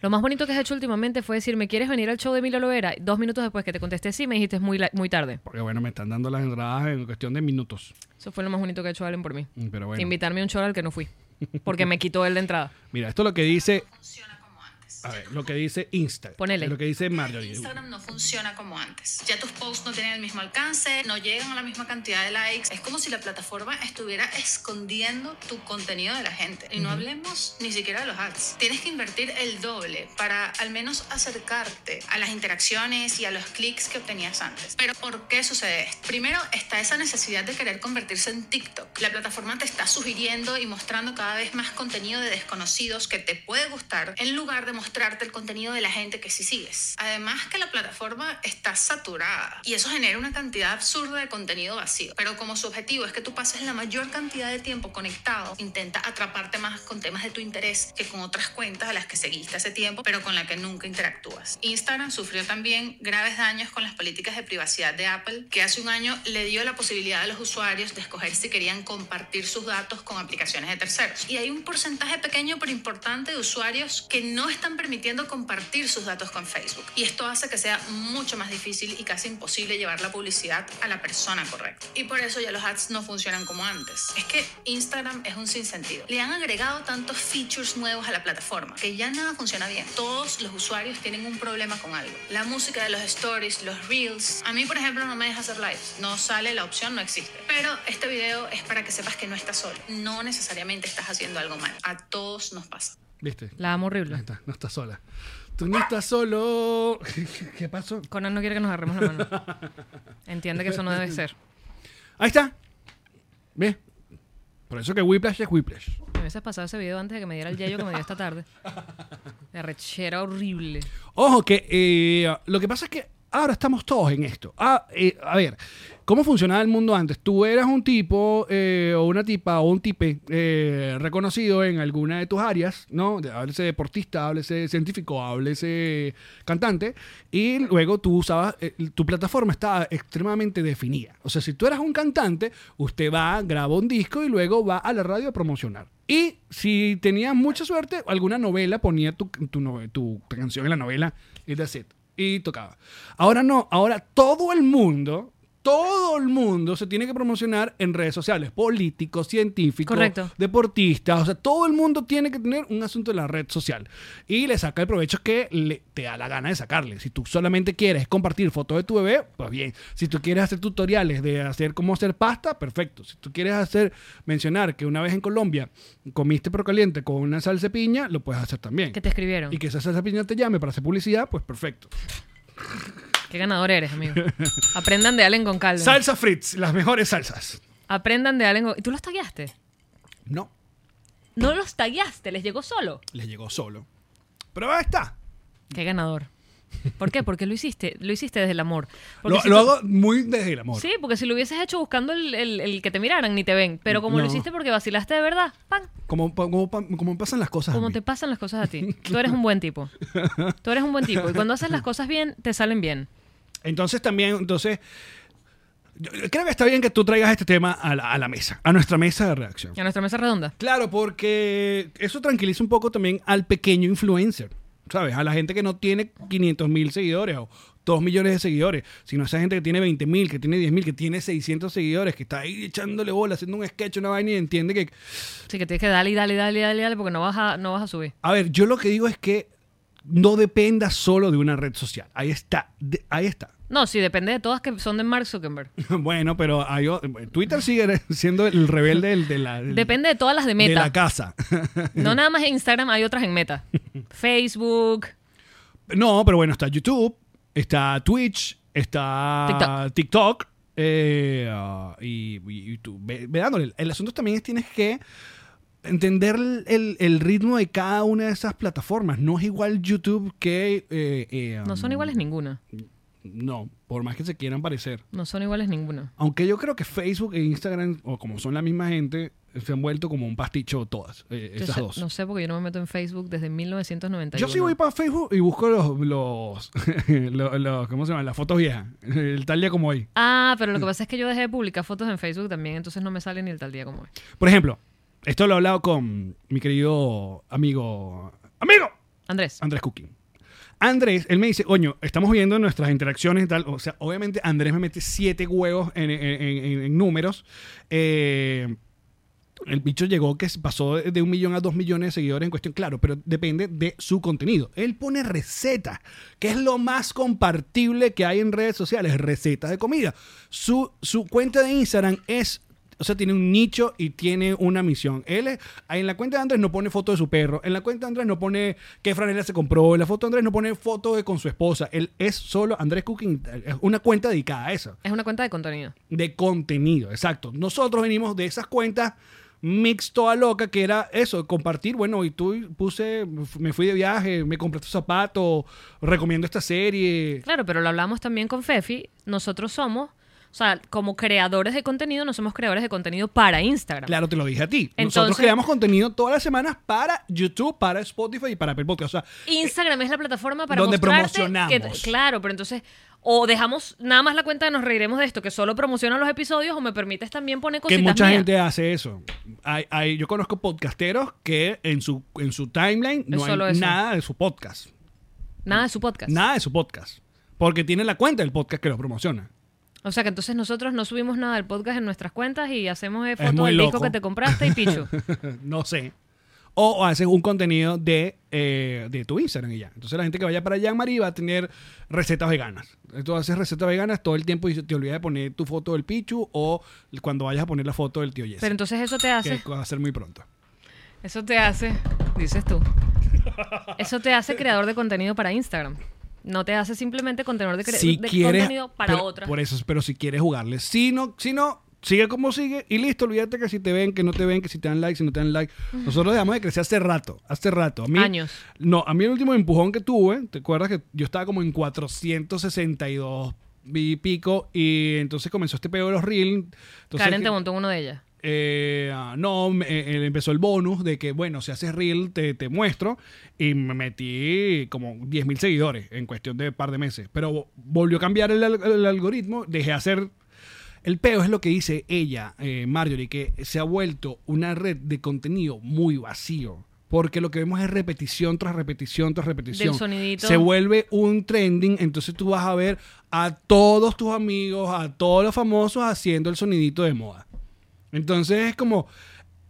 Speaker 2: Lo más bonito que has hecho últimamente fue decirme, ¿quieres venir al show de Emilio Lovera? Dos minutos después que te contesté sí, me dijiste es muy, la- muy tarde.
Speaker 1: Porque bueno, me están dando las entradas en cuestión de minutos.
Speaker 2: Eso fue lo más bonito que ha hecho Allen por mí.
Speaker 1: Mm, Pero bueno,
Speaker 2: Invitarme a un show al que no fui. Porque me quitó él de entrada.
Speaker 1: mira, esto es lo que dice... A ver, lo que dice Instagram.
Speaker 2: Ponele.
Speaker 1: Lo que dice Marjorie.
Speaker 5: Instagram no funciona como antes. Ya tus posts no tienen el mismo alcance, no llegan a la misma cantidad de likes. Es como si la plataforma estuviera escondiendo tu contenido de la gente. Y no hablemos ni siquiera de los ads. Tienes que invertir el doble para al menos acercarte a las interacciones y a los clics que obtenías antes. Pero ¿por qué sucede esto? Primero está esa necesidad de querer convertirse en TikTok. La plataforma te está sugiriendo y mostrando cada vez más contenido de desconocidos que te puede gustar en lugar de mostrarte el contenido de la gente que sí sigues. Además que la plataforma está saturada y eso genera una cantidad absurda de contenido vacío. Pero como su objetivo es que tú pases la mayor cantidad de tiempo conectado, intenta atraparte más con temas de tu interés que con otras cuentas a las que seguiste hace tiempo, pero con la que nunca interactúas. Instagram sufrió también graves daños con las políticas de privacidad de Apple, que hace un año le dio la posibilidad a los usuarios de escoger si querían compartir sus datos con aplicaciones de terceros. Y hay un porcentaje pequeño pero importante de usuarios que no están permitiendo compartir sus datos con Facebook. Y esto hace que sea mucho más difícil y casi imposible llevar la publicidad a la persona correcta. Y por eso ya los ads no funcionan como antes. Es que Instagram es un sinsentido. Le han agregado tantos features nuevos a la plataforma que ya nada funciona bien. Todos los usuarios tienen un problema con algo. La música de los stories, los reels. A mí, por ejemplo, no me deja hacer lives. No sale la opción, no existe. Pero este video es para que sepas que no estás solo. No necesariamente estás haciendo algo mal. A todos nos pasa.
Speaker 1: ¿Viste?
Speaker 2: La amo
Speaker 1: Ahí
Speaker 2: horrible.
Speaker 1: está, no estás sola. Tú no estás solo. ¿Qué- ¿Qué pasó?
Speaker 2: Conan no quiere que nos agarremos la mano. Entiende que eso no debe ser.
Speaker 1: Ahí está. ¿Ves? Por eso que Whiplash es Whiplash.
Speaker 2: Me hubieses pasado ese video antes de que me diera el yello que me dio esta tarde. La rechera horrible.
Speaker 1: Ojo, que eh, lo que pasa es que ahora estamos todos en esto. Ah, eh, a ver, ¿cómo funcionaba el mundo antes? Tú eras un tipo eh, o una tipa o un tipe eh, reconocido en alguna de tus áreas, ¿no? De- Háblese deportista, háblese científico, háblese cantante, y luego tú usabas, eh, tu plataforma estaba extremadamente definida. O sea, si tú eras un cantante, usted va, graba un disco y luego va a la radio a promocionar. Y si tenías mucha suerte, alguna novela ponía tu, tu, nove- tu- tu canción en la novela y that's it. Y tocaba. Ahora no, ahora todo el mundo, todo el mundo se tiene que promocionar en redes sociales, políticos, científicos,
Speaker 2: Correcto.
Speaker 1: deportistas, o sea, todo el mundo tiene que tener un asunto en la red social y le saca el provecho que le, te da la gana de sacarle. Si tú solamente quieres compartir fotos de tu bebé, pues bien. Si tú quieres hacer tutoriales de hacer cómo hacer pasta, perfecto. Si tú quieres hacer mencionar que una vez en Colombia comiste perro caliente con una salsa de piña, lo puedes hacer también.
Speaker 2: ¿Qué te escribieron?
Speaker 1: Y que esa salsa de piña te llame para hacer publicidad, pues perfecto.
Speaker 2: Qué ganador eres, amigo. Aprendan de Allen Goncalves.
Speaker 1: Salsa Fritz, las mejores salsas.
Speaker 2: Aprendan de Allen Gon- ¿Y tú los tagueaste?
Speaker 1: No,
Speaker 2: No los tagueaste, les llegó solo.
Speaker 1: les llegó solo. Pero ahí está.
Speaker 2: Qué ganador. ¿Por qué? Porque lo hiciste, lo hiciste desde el amor. Porque
Speaker 1: Lo,
Speaker 2: si
Speaker 1: lo
Speaker 2: tú-
Speaker 1: hago muy desde el amor.
Speaker 2: Sí, porque si lo hubieses hecho buscando el, el- el que te miraran, ni te ven. Pero como lo
Speaker 1: No.
Speaker 2: hiciste porque vacilaste de verdad, pan,
Speaker 1: Como, como, como pasan las cosas. a
Speaker 2: como
Speaker 1: mí.
Speaker 2: te pasan las cosas a ti. Tú eres un buen tipo. Tú eres un buen tipo. Y cuando haces las cosas bien, te salen bien.
Speaker 1: Entonces también, entonces, yo- yo creo que está bien que tú traigas este tema a la, a la mesa, a nuestra mesa de reacción.
Speaker 2: Y a nuestra mesa redonda.
Speaker 1: Claro, porque eso tranquiliza un poco también al pequeño influencer, ¿sabes? A la gente que no tiene 500 mil seguidores o 2 millones de seguidores, sino a esa gente que tiene 20 mil, que tiene 10 mil, que tiene 600 seguidores, que está ahí echándole bola, haciendo un sketch, una vaina y entiende que...
Speaker 2: Sí, que tienes que darle, y dale, y dale, y dale, y dale, porque no vas a, no vas a subir.
Speaker 1: A ver, yo lo que digo es que no dependa solo de una red social. Ahí está, de- ahí está.
Speaker 2: No, sí, depende de todas que son de Mark Zuckerberg.
Speaker 1: Bueno, pero hay o- Twitter sigue siendo el rebelde del- de la... del-
Speaker 2: Depende de todas las de
Speaker 1: De
Speaker 2: meta.
Speaker 1: la casa.
Speaker 2: No nada más en Instagram, hay otras en meta. Facebook.
Speaker 1: no, pero bueno, está YouTube, está Twitch, está TikTok.
Speaker 2: TikTok.
Speaker 1: eh, ah, y, y- y tú, ve- ve dándole. El asunto también es tienes que entender el, el- el ritmo de cada una de esas plataformas. No es igual YouTube que... eh, eh,
Speaker 2: No son
Speaker 1: um,
Speaker 2: iguales ninguna.
Speaker 1: No, por más que se quieran parecer.
Speaker 2: No son iguales ninguna.
Speaker 1: Aunque yo creo que Facebook e Instagram, o como son la misma gente, se han vuelto como un pasticho todas, eh,
Speaker 2: Yo
Speaker 1: esas
Speaker 2: sé-
Speaker 1: dos.
Speaker 2: No sé porque yo no me meto en Facebook desde 1991.
Speaker 1: Yo sí voy para Facebook y busco los, los, los- los- ¿cómo se llama? Las fotos viejas. El tal día como hoy.
Speaker 2: Ah, pero lo
Speaker 1: Mm.
Speaker 2: que pasa es que yo dejé de publicar fotos en Facebook también, entonces no me sale ni el tal día como hoy.
Speaker 1: Por ejemplo, esto lo he hablado con mi querido amigo, amigo
Speaker 2: Andrés.
Speaker 1: Andrés Cooking. Andrés, él me dice, coño, estamos viendo nuestras interacciones y tal. O sea, obviamente Andrés me mete siete huevos en, en- en- en números. Eh, el bicho llegó que se pasó de un millón a dos millones de seguidores en cuestión, claro, pero depende de su contenido. Él pone recetas, que es lo más compartible que hay en redes sociales, recetas de comida. Su, su cuenta de Instagram es, o sea, tiene un nicho y tiene una misión. Él es- en la cuenta de Andrés no pone foto de su perro, en la cuenta de Andrés no pone qué franela se compró, en la foto de Andrés no pone foto de con su esposa. Él es solo Andrés Cooking, es una cuenta dedicada a eso
Speaker 2: Es una cuenta de contenido.
Speaker 1: de contenido, exacto. Nosotros venimos de esas cuentas mix toda loca que era eso, compartir, bueno, y tú puse, me fui de viaje, me compré estos zapatos, recomiendo esta serie.
Speaker 2: Claro, pero lo hablamos también con Fefi. Nosotros somos, o sea, como creadores de contenido, no somos creadores de contenido para Instagram.
Speaker 1: Claro, te lo dije a ti. Nosotros
Speaker 2: Entonces-
Speaker 1: creamos contenido todas las semanas para YouTube, para Spotify y para Apple Podcast. O sea,
Speaker 2: Instagram es la plataforma para
Speaker 1: Donde
Speaker 2: mostrarte
Speaker 1: promocionamos.
Speaker 2: que- claro, pero entonces o dejamos nada más la cuenta de nos reiremos de esto que solo promociona los episodios o me permites también poner
Speaker 1: que
Speaker 2: cositas
Speaker 1: mucha
Speaker 2: mías.
Speaker 1: gente hace eso. hay, hay- yo conozco podcasteros que en su, en su timeline no
Speaker 2: Es solo
Speaker 1: hay
Speaker 2: eso.
Speaker 1: nada de su podcast.
Speaker 2: Nada de su podcast.
Speaker 1: Nada de su podcast. Porque tiene la cuenta del podcast que lo promociona.
Speaker 2: O sea que entonces nosotros no subimos nada del podcast en nuestras cuentas y hacemos eh,
Speaker 1: Es
Speaker 2: foto
Speaker 1: muy
Speaker 2: del disco
Speaker 1: loco.
Speaker 2: que te compraste y picho.
Speaker 1: no sé. O, o haces un contenido de, eh, de tu Instagram y ya. Entonces la gente que vaya para allá, Mari, va a tener recetas veganas. Tú haces recetas veganas todo el tiempo y te olvidas de poner tu foto del Pichu o cuando vayas a poner la foto del tío Jesse.
Speaker 2: Pero entonces eso te
Speaker 1: que
Speaker 2: hace,
Speaker 1: va a ser muy pronto.
Speaker 2: eso te hace, dices tú, eso te hace creador de contenido para Instagram. No te hace simplemente contenedor de, cre- de contenido para
Speaker 1: pero-
Speaker 2: otra.
Speaker 1: Por e- eso, pero si quieres jugarle. Si no, si no, sigue como sigue y listo, olvídate que si te ven, que no te ven, que si te dan like, si no te dan like. Nosotros dejamos de crecer hace rato, hace rato. A mí,
Speaker 2: Años.
Speaker 1: No, a mí el último empujón que tuve, ¿te acuerdas que yo estaba como en 462 y pico y entonces comenzó este pedo de los reels. Entonces,
Speaker 2: Karen
Speaker 1: que-
Speaker 2: te montó uno de ellas.
Speaker 1: eh, ah, no, me- eh, empezó el bonus de que, bueno, si haces reel, te, te muestro. Y me metí como 10.000 mil seguidores en cuestión de par de meses. Pero vo- volvió a cambiar el, al- el algoritmo. Dejé hacer. El peo es lo que dice ella, eh, Marjorie, que se ha vuelto una red de contenido muy vacío. Porque lo que vemos es repetición tras repetición tras repetición.
Speaker 2: sonidito.
Speaker 1: Se vuelve un trending, entonces tú vas a ver a todos tus amigos, a todos los famosos haciendo el sonidito de moda. Entonces es como,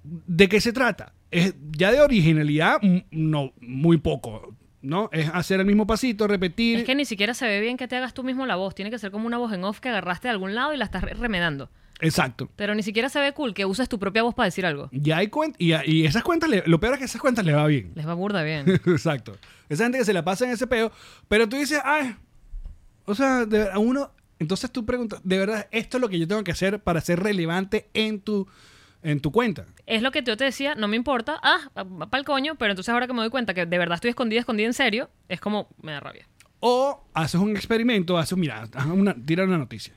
Speaker 1: ¿de qué se trata? Es ya de originalidad, m- no, muy poco, ¿no? Es hacer el mismo pasito, repetir.
Speaker 2: Es que ni siquiera se ve bien que te hagas tú mismo la voz. Tiene que ser como una voz en off que agarraste de algún lado y la estás re- remedando.
Speaker 1: Exacto.
Speaker 2: Pero ni siquiera se ve cool que uses tu propia voz para decir algo.
Speaker 1: Ya hay cuentas, y, a- y esas cuentas, le- lo peor es que esas cuentas le va bien.
Speaker 2: Les va burda bien.
Speaker 1: Exacto. Esa gente que se la pasa en ese peo, pero tú dices, ay, o sea, de ver- a uno, entonces tú preguntas, de verdad, esto es lo que yo tengo que hacer para ser relevante en tu, en tu cuenta.
Speaker 2: es lo que yo te decía, no me importa, ah, para el coño, pero entonces ahora que me doy cuenta que de verdad estoy escondida, escondida en serio, es como, me da rabia.
Speaker 1: O haces un experimento, haces, mira, haz una, tira una noticia.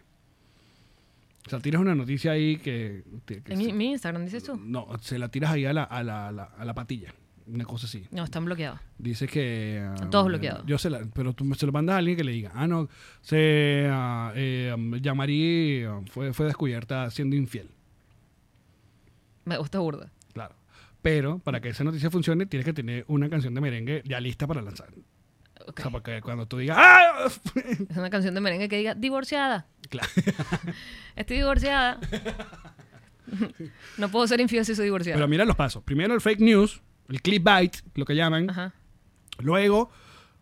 Speaker 1: O sea, tiras una noticia ahí que... que- que
Speaker 2: En mi,
Speaker 1: se-
Speaker 2: mi Instagram dices tú.
Speaker 1: No, se la tiras ahí a la, a la, a la- a la patilla. Una cosa así.
Speaker 2: No, están bloqueados.
Speaker 1: Dices que... ah,
Speaker 2: Están todos bloqueados.
Speaker 1: Yo se la, pero tú se lo mandas a alguien que le diga, ah, no, se... ah, eh, Yamari ah, fue, fue descubierta siendo infiel.
Speaker 2: Me gusta burda.
Speaker 1: Claro. Pero para que esa noticia funcione, tienes que tener una canción de merengue ya lista para lanzar.
Speaker 2: Ok.
Speaker 1: O sea, porque cuando tú digas, ¡ah!
Speaker 2: Es una canción de merengue que diga, divorciada,
Speaker 1: claro.
Speaker 2: estoy divorciada. no puedo ser infiel si soy divorciada.
Speaker 1: Pero mira los pasos. Primero el fake news, el clickbait, lo que llaman.
Speaker 2: Ajá.
Speaker 1: Luego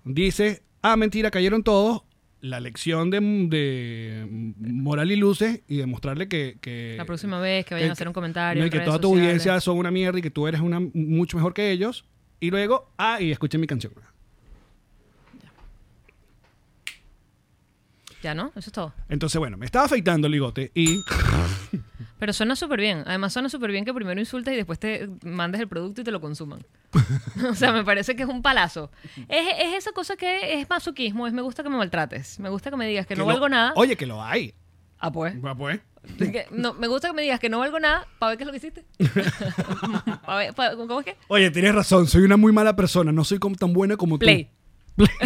Speaker 1: dice, ah, mentira, cayeron todos. La lección de, de moral y luces y demostrarle que, que-
Speaker 2: La próxima vez que vayan a hacer un comentario
Speaker 1: no, y
Speaker 2: en
Speaker 1: que
Speaker 2: redes
Speaker 1: toda tu
Speaker 2: sociales.
Speaker 1: audiencia son una mierda y que tú eres una mucho mejor que ellos. Y luego, ah, y escuchen mi canción.
Speaker 2: Ya, ¿no? Eso es todo.
Speaker 1: Entonces, bueno, me estaba afeitando el ligote y
Speaker 2: Pero suena súper bien. Además, suena súper bien que primero insultes y después te mandes el producto y te lo consuman. o sea, me parece que es un palazo. Es, es esa cosa que es masoquismo, es me gusta que me maltrates. Me gusta que me digas que, no
Speaker 1: lo-
Speaker 2: valgo nada.
Speaker 1: Oye, que lo hay.
Speaker 2: Ah, pues.
Speaker 1: Ah, pues.
Speaker 2: Es que no, me gusta que me digas que no valgo nada para ver qué es lo que hiciste. Pa' ver- pa- ¿Cómo es que?
Speaker 1: Oye, tienes razón, soy una muy mala persona, no soy como- tan buena como
Speaker 2: Play.
Speaker 1: tú. Play.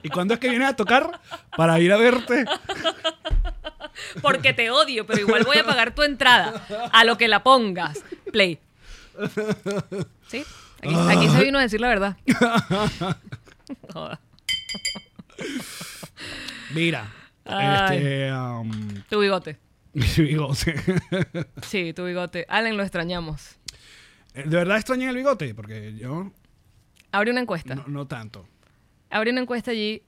Speaker 1: ¿Y cuándo es que vienes a tocar? Para ir a verte.
Speaker 2: Porque te odio, pero igual voy a pagar tu entrada a lo que la pongas. Play. ¿Sí? Aquí, aquí se vino a decir la verdad. Joda.
Speaker 1: Mira.
Speaker 2: Ay.
Speaker 1: Este. am,
Speaker 2: Tu bigote.
Speaker 1: mi bigote.
Speaker 2: Sí, tu bigote. Alan, lo extrañamos.
Speaker 1: ¿De verdad extrañan el bigote? Porque yo
Speaker 2: Abre una encuesta.
Speaker 1: no, no tanto.
Speaker 2: Abre una encuesta allí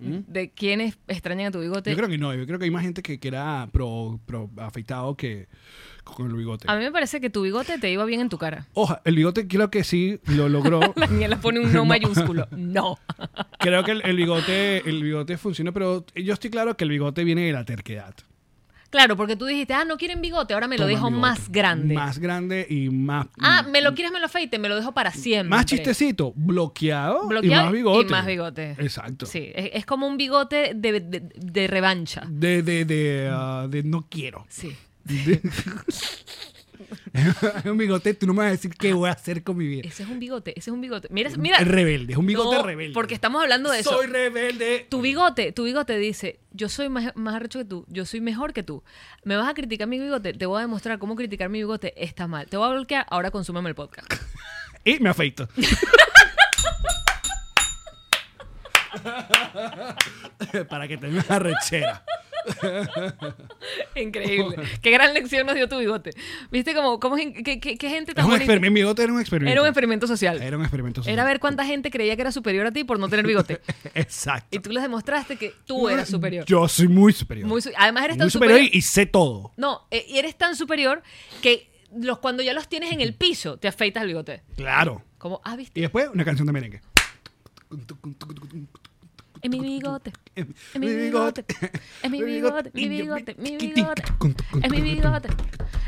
Speaker 2: de quiénes extrañan a tu bigote.
Speaker 1: Yo creo que no, yo creo que hay más gente que, que era pro, pro afeitado que con el bigote.
Speaker 2: A mí me parece que tu bigote te iba bien en tu cara.
Speaker 1: Oja, el bigote creo que sí lo logró.
Speaker 2: La niña le pone un no, mayúsculo. No.
Speaker 1: creo que el, el bigote el bigote funciona, pero yo estoy claro que el bigote viene de la terquedad.
Speaker 2: Claro, porque tú dijiste, ah, no quieren bigote, ahora me lo
Speaker 1: Toma,
Speaker 2: dejo
Speaker 1: bigote.
Speaker 2: más grande.
Speaker 1: Más grande y más.
Speaker 2: Ah, me lo quieres, me lo afeite, me lo dejo para siempre.
Speaker 1: Más chistecito, bloqueado,
Speaker 2: Bloqueado
Speaker 1: y más bigote.
Speaker 2: Y más bigote.
Speaker 1: Exacto.
Speaker 2: Sí, es, es como un bigote de, de- de
Speaker 1: Mm.
Speaker 2: revancha.
Speaker 1: De, de, de, ah, de no quiero.
Speaker 2: Sí.
Speaker 1: De- es un bigote, tú no me vas a decir qué voy a hacer con mi vida.
Speaker 2: Ese es un bigote, ese es un bigote. Mira, mira.
Speaker 1: Es rebelde, es un bigote
Speaker 2: No,
Speaker 1: rebelde.
Speaker 2: Porque estamos hablando de eso.
Speaker 1: Soy rebelde.
Speaker 2: Tu bigote, tu bigote dice, yo soy más, más arrecho que tú, yo soy mejor que tú. ¿Me vas a criticar mi bigote? Te voy a demostrar cómo criticar mi bigote está mal. Te voy a bloquear, ahora consúmeme el podcast.
Speaker 1: Y me afeito. Para que tengas arrechera.
Speaker 2: Increíble. Qué gran lección nos dio tu bigote. ¿Viste cómo, cómo es in- qué, qué- qué gente
Speaker 1: Es
Speaker 2: tan
Speaker 1: un
Speaker 2: bonita?
Speaker 1: experimento. Mi bigote era un experimento.
Speaker 2: Era un experimento social.
Speaker 1: Era un experimento social.
Speaker 2: Era ver cuánta gente creía que era superior a ti por no tener bigote.
Speaker 1: Exacto.
Speaker 2: Y tú les demostraste que tú eras superior.
Speaker 1: Yo soy muy superior.
Speaker 2: Muy su- Además eres tan
Speaker 1: Muy superior
Speaker 2: superior.
Speaker 1: y, y sé todo.
Speaker 2: No, eh, y eres tan superior que los, cuando ya los tienes en el piso, te afeitas el bigote.
Speaker 1: Claro.
Speaker 2: Como, ah, viste,
Speaker 1: Y después una canción de merengue.
Speaker 2: es mi bigote.
Speaker 1: Es
Speaker 2: Es mi bigote. Es mi bigote. Mi bigote. Mi bigote. Es mi bigote.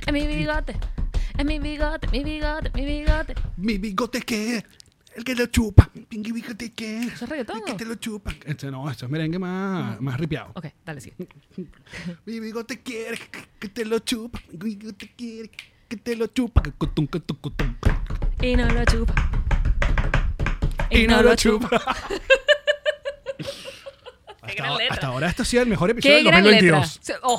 Speaker 2: Es mi bigote. Es mi bigote. Mi bigote. Mi bigote.
Speaker 1: Mi bigote que el que lo chupa. Mi pinky bigote que
Speaker 2: ¿Eso es reggaetón,
Speaker 1: El que
Speaker 2: no?
Speaker 1: te lo chupa. Este no, esto es merengue más, más ripiado.
Speaker 2: Ok, dale, sí.
Speaker 1: Mi bigote quiere que te lo chupa. Mi bigote quiere que te lo chupa. Cutum, cutum, cutum.
Speaker 2: Y no lo chupa.
Speaker 1: Y no lo chupa. Hasta,
Speaker 2: gran letra.
Speaker 1: hasta ahora este ha sido el mejor episodio
Speaker 2: Qué
Speaker 1: del
Speaker 2: gran letra.
Speaker 1: 2022.
Speaker 2: Se- Oh,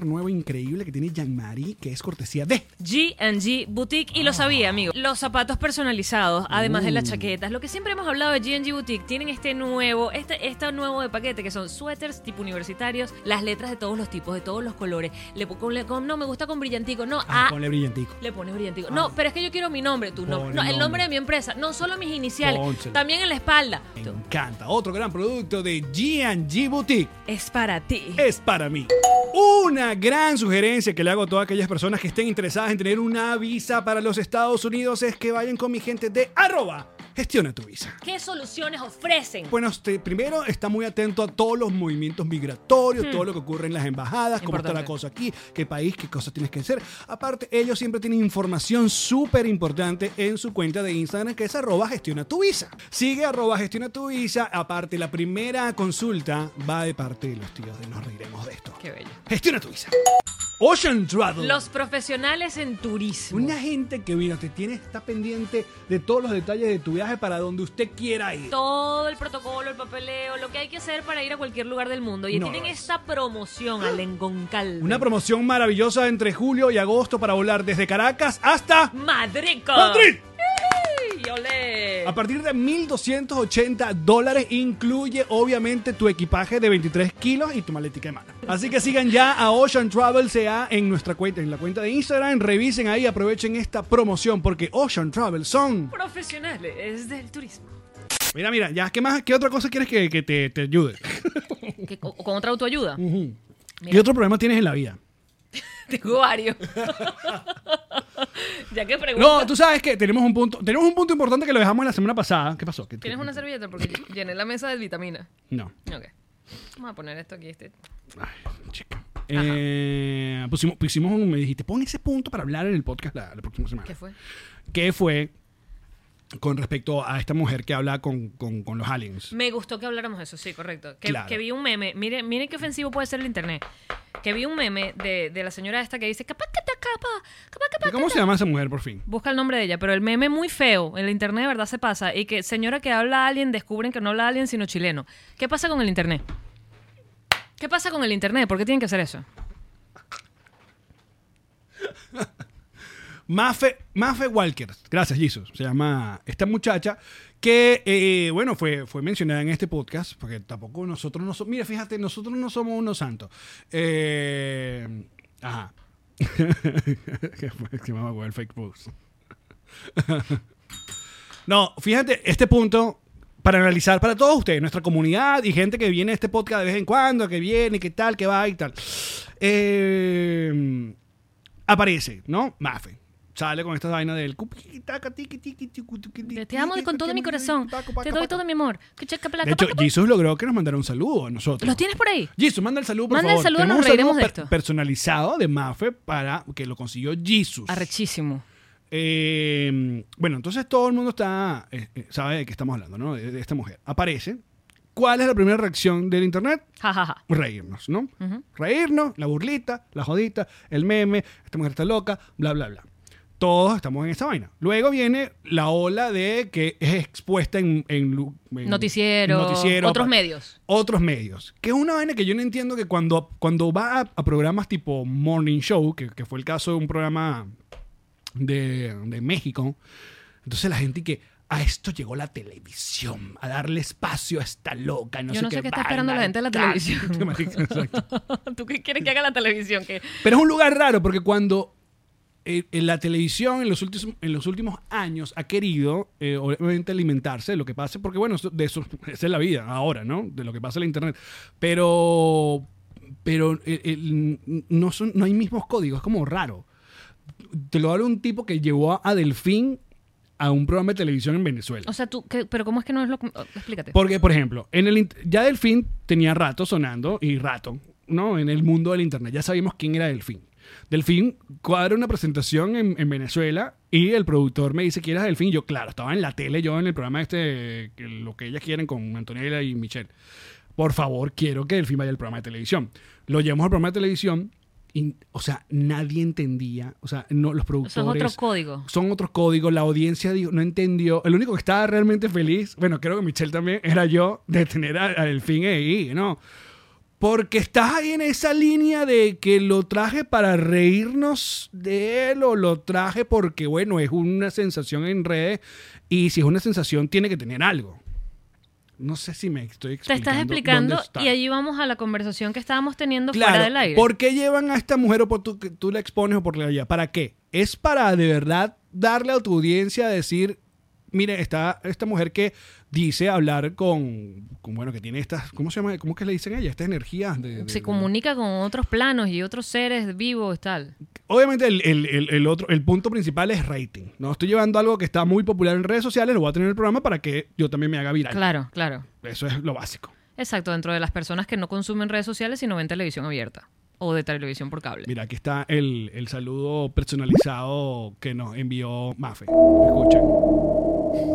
Speaker 1: nuevo increíble que tiene Jean-Marie, que es cortesía de...
Speaker 2: GG Boutique, y lo
Speaker 1: Ah.
Speaker 2: sabía, amigo. Los zapatos personalizados, además
Speaker 1: Mm.
Speaker 2: de las chaquetas. Lo que siempre hemos hablado de GG Boutique, tienen este nuevo, este, este nuevo de paquete que son suéteres tipo universitarios, las letras de todos los tipos, de todos los colores. Le, po- con- le- con- no, me gusta con brillantico. No,
Speaker 1: Ah,
Speaker 2: ah,
Speaker 1: ponle brillantico.
Speaker 2: Le pones brillantico. No, pero es que yo quiero mi nombre, tu nombre.
Speaker 1: Pon
Speaker 2: No,
Speaker 1: el
Speaker 2: el
Speaker 1: nombre.
Speaker 2: nombre de mi empresa. No solo mis iniciales,
Speaker 1: Pónselo.
Speaker 2: también en la espalda.
Speaker 1: Me encanta. Otro gran producto de G&G Boutique.
Speaker 2: Es para ti.
Speaker 1: es para mí. Una gran sugerencia que le hago a todas aquellas personas que estén interesadas en tener una visa para los Estados Unidos es que vayan con mi gente de arroba. Gestiona tu visa.
Speaker 2: ¿Qué soluciones ofrecen?
Speaker 1: Bueno, usted primero está muy atento a todos los movimientos migratorios, todo lo que ocurre en las embajadas, cómo está la
Speaker 2: Hmm. Importante.
Speaker 1: cosa aquí, qué país, qué cosas tienes que hacer. Aparte, ellos siempre tienen información súper importante en su cuenta de Instagram que es arroba gestiona tu visa. Sigue arroba gestiona tu visa. Aparte, la primera consulta va de parte de los tíos de Nos Reiremos de esto.
Speaker 2: Qué bello.
Speaker 1: Gestiona tu visa. Ocean Travel.
Speaker 2: Los profesionales en turismo.
Speaker 1: Una gente que, mira, te tiene, está pendiente de todos los detalles de tu viaje para donde usted quiera ir.
Speaker 2: Todo el protocolo, el papeleo, lo que hay que hacer para ir a cualquier lugar del mundo. Y
Speaker 1: No
Speaker 2: tienen
Speaker 1: lo es.
Speaker 2: esta promoción al Engoncal.
Speaker 1: Una promoción maravillosa entre julio y agosto para volar desde Caracas hasta
Speaker 2: ¡Madrico!
Speaker 1: Madrid.
Speaker 2: ¡Y olé!
Speaker 1: A partir de 1.280 dólares incluye obviamente tu equipaje de 23 kilos y tu maletica de mano. Así que sigan ya a Ocean Travel CA en nuestra cuenta, en la cuenta de Instagram. Revisen ahí, aprovechen esta promoción porque Ocean Travel son...
Speaker 2: Profesionales del turismo.
Speaker 1: Mira, mira, ya, ¿qué más? ¿Qué otra cosa quieres que, que te, te ayude?
Speaker 2: ¿Qué- co- ¿Con otra autoayuda?
Speaker 1: ¿Qué otro problema tienes en la vida?
Speaker 2: Tengo varios. ya que preguntas.
Speaker 1: No, tú sabes que tenemos un punto, tenemos un punto importante que lo dejamos la semana pasada. ¿Qué pasó? ¿Qué-
Speaker 2: ¿Tienes una servilleta? Porque llené la mesa de vitamina.
Speaker 1: No.
Speaker 2: Ok. Vamos a poner esto aquí. Este.
Speaker 1: Ay, chica. Eh, pusimos, pusimos un- me dijiste, pon ese punto para hablar en el podcast la, la próxima semana.
Speaker 2: ¿Qué fue?
Speaker 1: ¿Qué fue con respecto a esta mujer que habla con, con- con los aliens?
Speaker 2: Me gustó que habláramos de eso, sí, correcto. Que,
Speaker 1: Claro.
Speaker 2: que vi un meme, miren, miren qué ofensivo puede ser el internet. Que vi un meme de, de la señora esta que dice capa cata, capa, capa, capa,
Speaker 1: ¿Cómo
Speaker 2: cata".
Speaker 1: se llama esa mujer por fin?
Speaker 2: Busca el nombre de ella, pero el meme muy feo, el internet de verdad se pasa. Y que señora que habla alien, descubren que no habla alien, sino chileno. ¿Qué pasa con el internet? ¿Qué pasa con el internet? ¿Por qué tienen que hacer eso?
Speaker 1: Mafe, Mafe Walker, gracias Jesus, se llama esta muchacha que, eh, bueno, fue, fue mencionada en este podcast, porque tampoco nosotros no somos, mira, fíjate, nosotros no somos unos santos. Eh, ajá. Que fue- que me hago el fake post. No, fíjate, este punto para analizar para todos ustedes, nuestra comunidad y gente que viene a este podcast de vez en cuando, que viene, que tal, que va y tal. Eh, aparece, ¿no? Mafe. sale con esta vaina del cupi, taca, tiqui, tiqui, tiqui, tiqui,
Speaker 2: Te,
Speaker 1: tiqui,
Speaker 2: amo de con
Speaker 1: tiqui,
Speaker 2: todo mi
Speaker 1: tiqui,
Speaker 2: corazón.
Speaker 1: taco, paca,
Speaker 2: Te doy
Speaker 1: paca.
Speaker 2: todo mi amor. Que checa, placa,
Speaker 1: De hecho,
Speaker 2: paca, paca.
Speaker 1: Jesus logró que nos mandara un saludo a nosotros.
Speaker 2: ¿Los tienes por ahí?
Speaker 1: Jesus, manda el saludo, por
Speaker 2: Manda el
Speaker 1: favor.
Speaker 2: saludo,
Speaker 1: Tenemos
Speaker 2: nos
Speaker 1: un
Speaker 2: reiremos de
Speaker 1: per-
Speaker 2: esto.
Speaker 1: personalizado de Mafe para que lo consiguió Jesus.
Speaker 2: Arrechísimo.
Speaker 1: Eh, bueno, entonces todo el mundo está eh, eh, sabe de qué estamos hablando, ¿no? De, de esta mujer. Aparece. ¿Cuál es la primera reacción del internet?
Speaker 2: Ja, ja, ja.
Speaker 1: Reírnos, ¿no? Reírnos, la burlita, la jodita, el meme, esta mujer está loca, bla, bla, bla. Todos estamos en esa vaina. Luego viene la ola de que es expuesta en, en lu- en
Speaker 2: Noticiero,
Speaker 1: noticiero,
Speaker 2: otros
Speaker 1: pa-
Speaker 2: medios.
Speaker 1: otros medios. Que es una vaina que yo no entiendo que cuando, cuando va a, a programas tipo Morning Show, que, que fue el caso de un programa de, de México, entonces la gente que a esto llegó la televisión, a darle espacio a esta loca. No
Speaker 2: Yo
Speaker 1: sé
Speaker 2: no sé qué está
Speaker 1: vaina,
Speaker 2: esperando la gente de la
Speaker 1: tal.
Speaker 2: televisión.
Speaker 1: Marica, exacto.
Speaker 2: ¿Tú qué quieres que haga la televisión? que
Speaker 1: Pero es un lugar raro porque cuando eh, en la televisión en los, últimos, en los últimos años ha querido eh, obviamente alimentarse de lo que pase, porque bueno, eso- de eso esa es la vida ahora, ¿no? De lo que pasa en la internet. Pero, pero eh, el- no, son, no hay mismos códigos, es como raro. Te lo hablo un tipo que llevó a, a Delfín a un programa de televisión en Venezuela.
Speaker 2: O sea, tú, ¿qué- pero ¿cómo es que no es lo... oh, Explícate.
Speaker 1: Porque, por ejemplo, en el int- ya Delfín tenía rato sonando y rato, ¿no? En el mundo del Internet. Ya sabíamos quién era Delfín. Delfín cuadra una presentación en, en Venezuela y el productor me dice, ¿quieres a Delfín? Yo, claro, estaba en la tele, yo en el programa este, que lo que ellas quieren con Antonella y Michelle. Por favor, quiero que Delfín vaya al programa de televisión. Lo llevamos al programa de televisión y, o sea, nadie entendía. O sea, no, los productores
Speaker 2: Eso es otro código.
Speaker 1: son otros códigos, la audiencia dijo- no entendió. El único que estaba realmente feliz, bueno, creo que Michelle también, era yo de tener a, a Delfín ahí, ¿no? Porque estás ahí en esa línea de que lo traje para reírnos de él o lo traje porque, bueno, es una sensación en redes y si es una sensación tiene que tener algo. No sé si me estoy
Speaker 2: Te
Speaker 1: explicando.
Speaker 2: estás explicando
Speaker 1: dónde está.
Speaker 2: y allí vamos a la conversación que estábamos teniendo
Speaker 1: Claro,
Speaker 2: fuera del aire.
Speaker 1: ¿por qué llevan a esta mujer o por tú, que tú la expones o por la allá? ¿Para qué? Es para de verdad darle a tu audiencia decir, mire, está esta mujer que dice hablar con, con, bueno, que tiene estas, ¿cómo se llama? ¿Cómo que le dicen a ella? Estas energías. De, de-
Speaker 2: Se
Speaker 1: de-
Speaker 2: comunica con otros planos y otros seres vivos y tal.
Speaker 1: Obviamente el, el- el- el otro, el punto principal es rating. No estoy llevando algo que está muy popular en redes sociales, lo voy a tener en el programa para que yo también me haga viral.
Speaker 2: Claro, claro.
Speaker 1: Eso es lo básico.
Speaker 2: Exacto, dentro de las personas que no consumen redes sociales sino ven televisión abierta o de televisión por cable.
Speaker 1: Mira, aquí está el, el saludo personalizado que nos envió Mafe. Escuchen.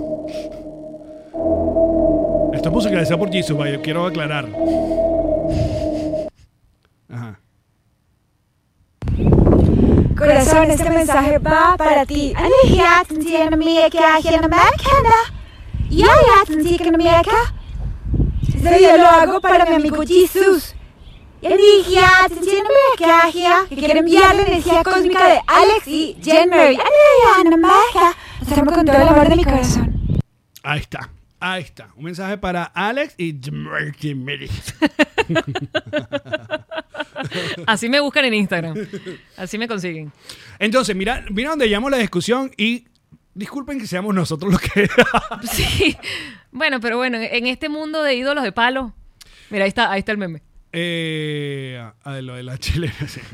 Speaker 1: Esto es musicalizado por Jesus, vaya, quiero aclarar. Ajá.
Speaker 3: Corazón, este mensaje va para ti.
Speaker 6: Hani hayatımda yanımdayken yanımdaykende ya hayatımda yanımdayken Entonces yo lo hago para mi amigo Jesús. Y dije hayatımda yanımdayken ya que quiero enviar la energía cósmica de Alex y Jen Mary. Hani yanımdayken hacerme con todo el amor de mi corazón.
Speaker 1: Ahí está. Ahí está. Un mensaje para Alex y
Speaker 2: Así me buscan en Instagram. Así me consiguen.
Speaker 1: Entonces, mira, mira donde llamó la discusión y disculpen que seamos nosotros los que
Speaker 2: Sí. Bueno, pero bueno, en este mundo de ídolos de palo. Mira, ahí está, ahí está el meme.
Speaker 1: Eh, a- a lo de la chilena. sí.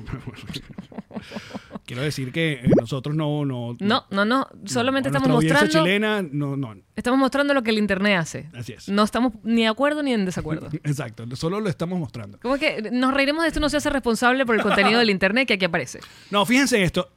Speaker 1: Quiero decir que eh, nosotros no. No,
Speaker 2: No, no, no. Solamente
Speaker 1: no,
Speaker 2: estamos
Speaker 1: nuestra audiencia
Speaker 2: mostrando.
Speaker 1: chilena, no, no.
Speaker 2: Estamos mostrando lo que el internet hace.
Speaker 1: Así es.
Speaker 2: No estamos ni de acuerdo ni en desacuerdo.
Speaker 1: Exacto, solo lo estamos mostrando.
Speaker 2: Como que nos reiremos de esto, no se hace responsable por el contenido del internet que aquí aparece.
Speaker 1: No, fíjense en esto.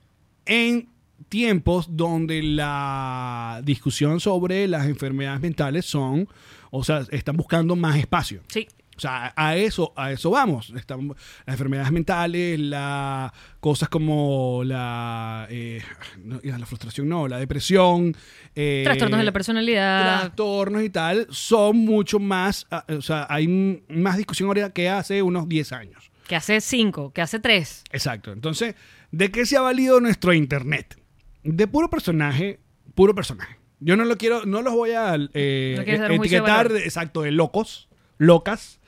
Speaker 1: En tiempos donde la discusión sobre las enfermedades mentales son, o sea, están buscando más espacio.
Speaker 2: Sí.
Speaker 1: O sea, a eso, a eso vamos. Están las enfermedades mentales, las cosas como la, eh, no, ya, la frustración, no, la depresión. eh,
Speaker 2: Trastornos de la personalidad.
Speaker 1: Trastornos y tal, son mucho más, ah, o sea, hay m- más discusión ahora que hace unos 10 años.
Speaker 2: Que hace cinco, que hace tres.
Speaker 1: Exacto. Entonces, ¿de qué se ha valido nuestro internet? De puro personaje, puro personaje. Yo no lo quiero, no los voy a eh,
Speaker 2: No quieres dar un juicio de
Speaker 1: etiquetar,
Speaker 2: valor.
Speaker 1: de- exacto, de locos, locas,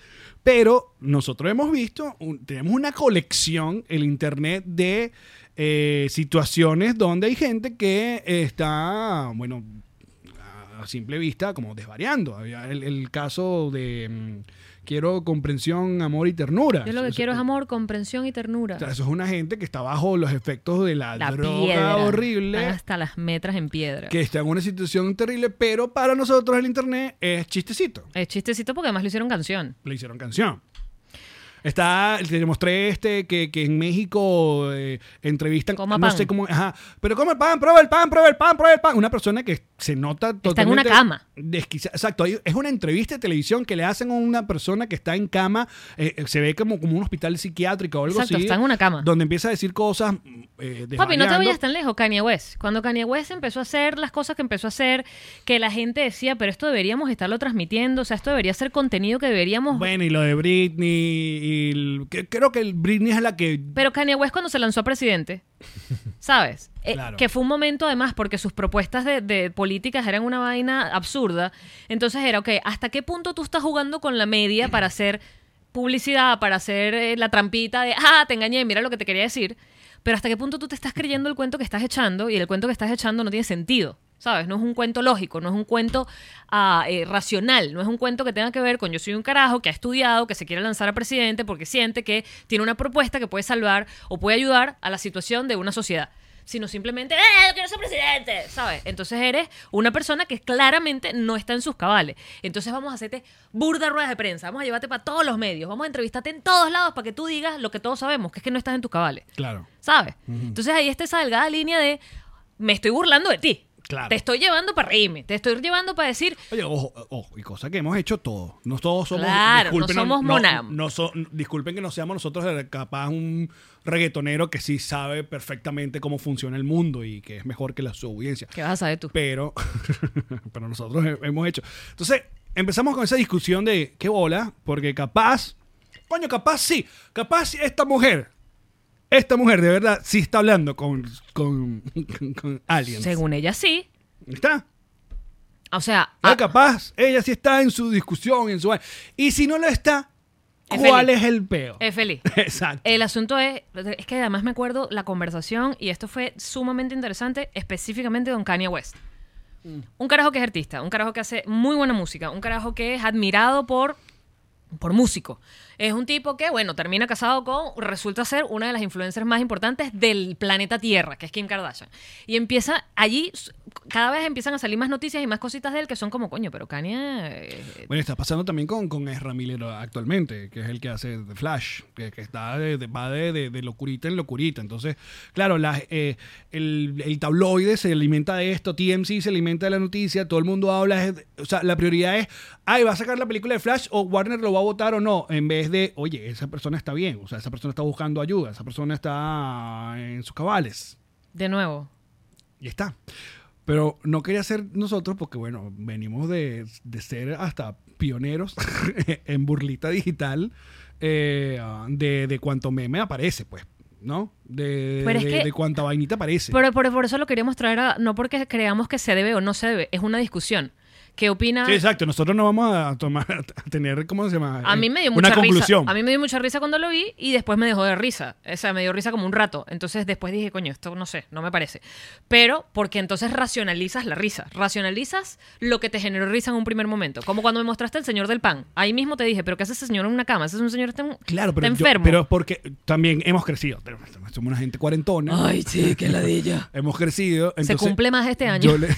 Speaker 1: pero nosotros hemos visto, un- tenemos una colección, el internet, de eh, situaciones donde hay gente que está, bueno, a simple vista, como desvariando. Había el, el caso de mm, quiero comprensión, amor y ternura.
Speaker 2: Yo lo que
Speaker 1: Eso-
Speaker 2: quiero es amor, comprensión y ternura.
Speaker 1: O sea, eso es una gente que está bajo los efectos de la,
Speaker 2: La
Speaker 1: droga
Speaker 2: piedra. Ah,
Speaker 1: horrible,
Speaker 2: Están hasta las metras en piedra.
Speaker 1: que está en una situación terrible, pero para nosotros el internet es chistecito.
Speaker 2: Es chistecito porque además lo hicieron canción.
Speaker 1: Le hicieron canción. Está, te mostré este que, que en México eh, entrevistan,
Speaker 2: Coma
Speaker 1: no
Speaker 2: pan.
Speaker 1: sé cómo, ajá, pero come el pan, prueba el pan, prueba el pan, prueba el pan. Una persona que se nota totalmente.
Speaker 2: en una cama.
Speaker 1: desquicia- exacto, hay- es una entrevista de televisión que le hacen a una persona que está en cama, eh, eh, se ve como, como un hospital psiquiátrico o algo
Speaker 2: Exacto,
Speaker 1: así.
Speaker 2: está en una cama.
Speaker 1: Donde empieza a decir cosas. mm, eh,
Speaker 2: Papi, no te
Speaker 1: desvariando.
Speaker 2: vayas tan lejos, Kanye West. Cuando Kanye West empezó a hacer las cosas que empezó a hacer, que la gente decía, pero esto deberíamos estarlo transmitiendo, o sea, esto debería ser contenido que deberíamos...
Speaker 1: Bueno, y lo de Britney. y el- que- creo que el Britney es la que.
Speaker 2: Pero Kanye West cuando se lanzó a presidente, ¿sabes? Eh,
Speaker 1: Claro.
Speaker 2: Que fue un momento además porque sus propuestas de, de políticas eran una vaina absurda. Entonces era, ok, ¿hasta qué punto tú estás jugando con la media para hacer publicidad, para hacer eh, la trampita de, ah, te engañé, mira lo que te quería decir? Pero hasta qué punto tú te estás creyendo el cuento que estás echando y el cuento que estás echando no tiene sentido. ¿Sabes? No es un cuento lógico, no es un cuento ah, eh, racional, no es un cuento que tenga que ver con yo soy un carajo que ha estudiado, que se quiere lanzar a presidente porque siente que tiene una propuesta que puede salvar o puede ayudar a la situación de una sociedad, sino simplemente, ¡eh, yo quiero ser presidente! ¿Sabes? Entonces eres una persona que claramente no está en sus cabales. Entonces vamos a hacerte burda ruedas de prensa, vamos a llevarte para todos los medios, vamos a entrevistarte en todos lados para que tú digas lo que todos sabemos, que es que no estás en tus cabales.
Speaker 1: Claro.
Speaker 2: ¿sabes? Entonces ahí está esa delgada línea de me estoy burlando de ti.
Speaker 1: Claro.
Speaker 2: Te estoy llevando para reírme, te estoy llevando para decir,
Speaker 1: Oye, ojo, ojo, y cosa que hemos hecho todos. No todos somos.
Speaker 2: Claro,
Speaker 1: disculpen,
Speaker 2: no somos mona-
Speaker 1: no so- disculpen que no seamos nosotros eh, capaz un reggaetonero que sí sabe perfectamente cómo funciona el mundo y que es mejor que la su audiencia.
Speaker 2: ¿qué vas a saber tú?
Speaker 1: Pero, pero nosotros he- hemos hecho. Entonces, empezamos con esa discusión de qué bola, porque capaz, coño, capaz sí, capaz esta mujer, esta mujer de verdad sí está hablando con, con, con, con aliens.
Speaker 2: Según ella sí.
Speaker 1: ¿Está?
Speaker 2: O sea,
Speaker 1: Ah,
Speaker 2: ah,
Speaker 1: capaz, ella sí está en su discusión, en su... Y si no lo está,
Speaker 2: Es
Speaker 1: ¿cuál
Speaker 2: feliz.
Speaker 1: es el peo?
Speaker 2: es feliz.
Speaker 1: Exacto.
Speaker 2: El asunto es, es que además me acuerdo la conversación y esto fue sumamente interesante, específicamente con Kanye West. Un carajo que es artista, un carajo que hace muy buena música, un carajo que es admirado por, por músico. Es un tipo que, bueno, termina casado con, resulta ser una de las influencers más importantes del planeta Tierra, que es Kim Kardashian. Y empieza allí, s- cada vez empiezan a salir más noticias y más cositas de él que son como, coño, pero Kanye... eh,
Speaker 1: Bueno, está pasando también con, con Ezra Miller actualmente, que es el que hace The Flash, que, que está de, de- va de, de- de locurita en locurita. Entonces, claro, la- eh, el, el tabloide se alimenta de esto, TMC se alimenta de la noticia, todo el mundo habla. es- o sea, la prioridad es, ay, va a sacar la película de Flash o Warner lo va a votar o no, en vez de, oye, esa persona está bien, o sea, esa persona está buscando ayuda, esa persona está en sus cabales.
Speaker 2: de nuevo,
Speaker 1: Y está. Pero no quería ser nosotros porque, bueno, venimos de, de ser hasta pioneros en burlita digital eh, ah, de, de cuanto meme aparece, pues, ¿no? De,
Speaker 2: Pero es
Speaker 1: de,
Speaker 2: que-
Speaker 1: de cuánta vainita aparece.
Speaker 2: Pero por, por eso lo queríamos traer a, no porque creamos que se debe o no se debe, es una discusión. ¿Qué opina?
Speaker 1: Sí, exacto. Nosotros no vamos a tomar, a tener, ¿cómo se llama?
Speaker 2: a mí me dio
Speaker 1: Eh, Una
Speaker 2: mucha risa.
Speaker 1: conclusión.
Speaker 2: A mí me dio mucha risa cuando lo vi y después me dejó de risa. O sea, me dio risa como un rato. Entonces después dije, coño, esto no sé, no me parece. Pero porque entonces racionalizas la risa. Racionalizas lo que te generó risa en un primer momento. Como cuando me mostraste el señor del pan. Ahí mismo te dije, pero ¿qué hace ese señor en una cama? Ese es un señor que está, en-
Speaker 1: Claro, pero,
Speaker 2: está
Speaker 1: yo-
Speaker 2: enfermo.
Speaker 1: pero porque también hemos crecido. Somos una gente cuarentona.
Speaker 2: Ay, sí, qué ladilla.
Speaker 1: Hemos crecido. entonces-
Speaker 2: Se cumple más este año.
Speaker 1: Yo le,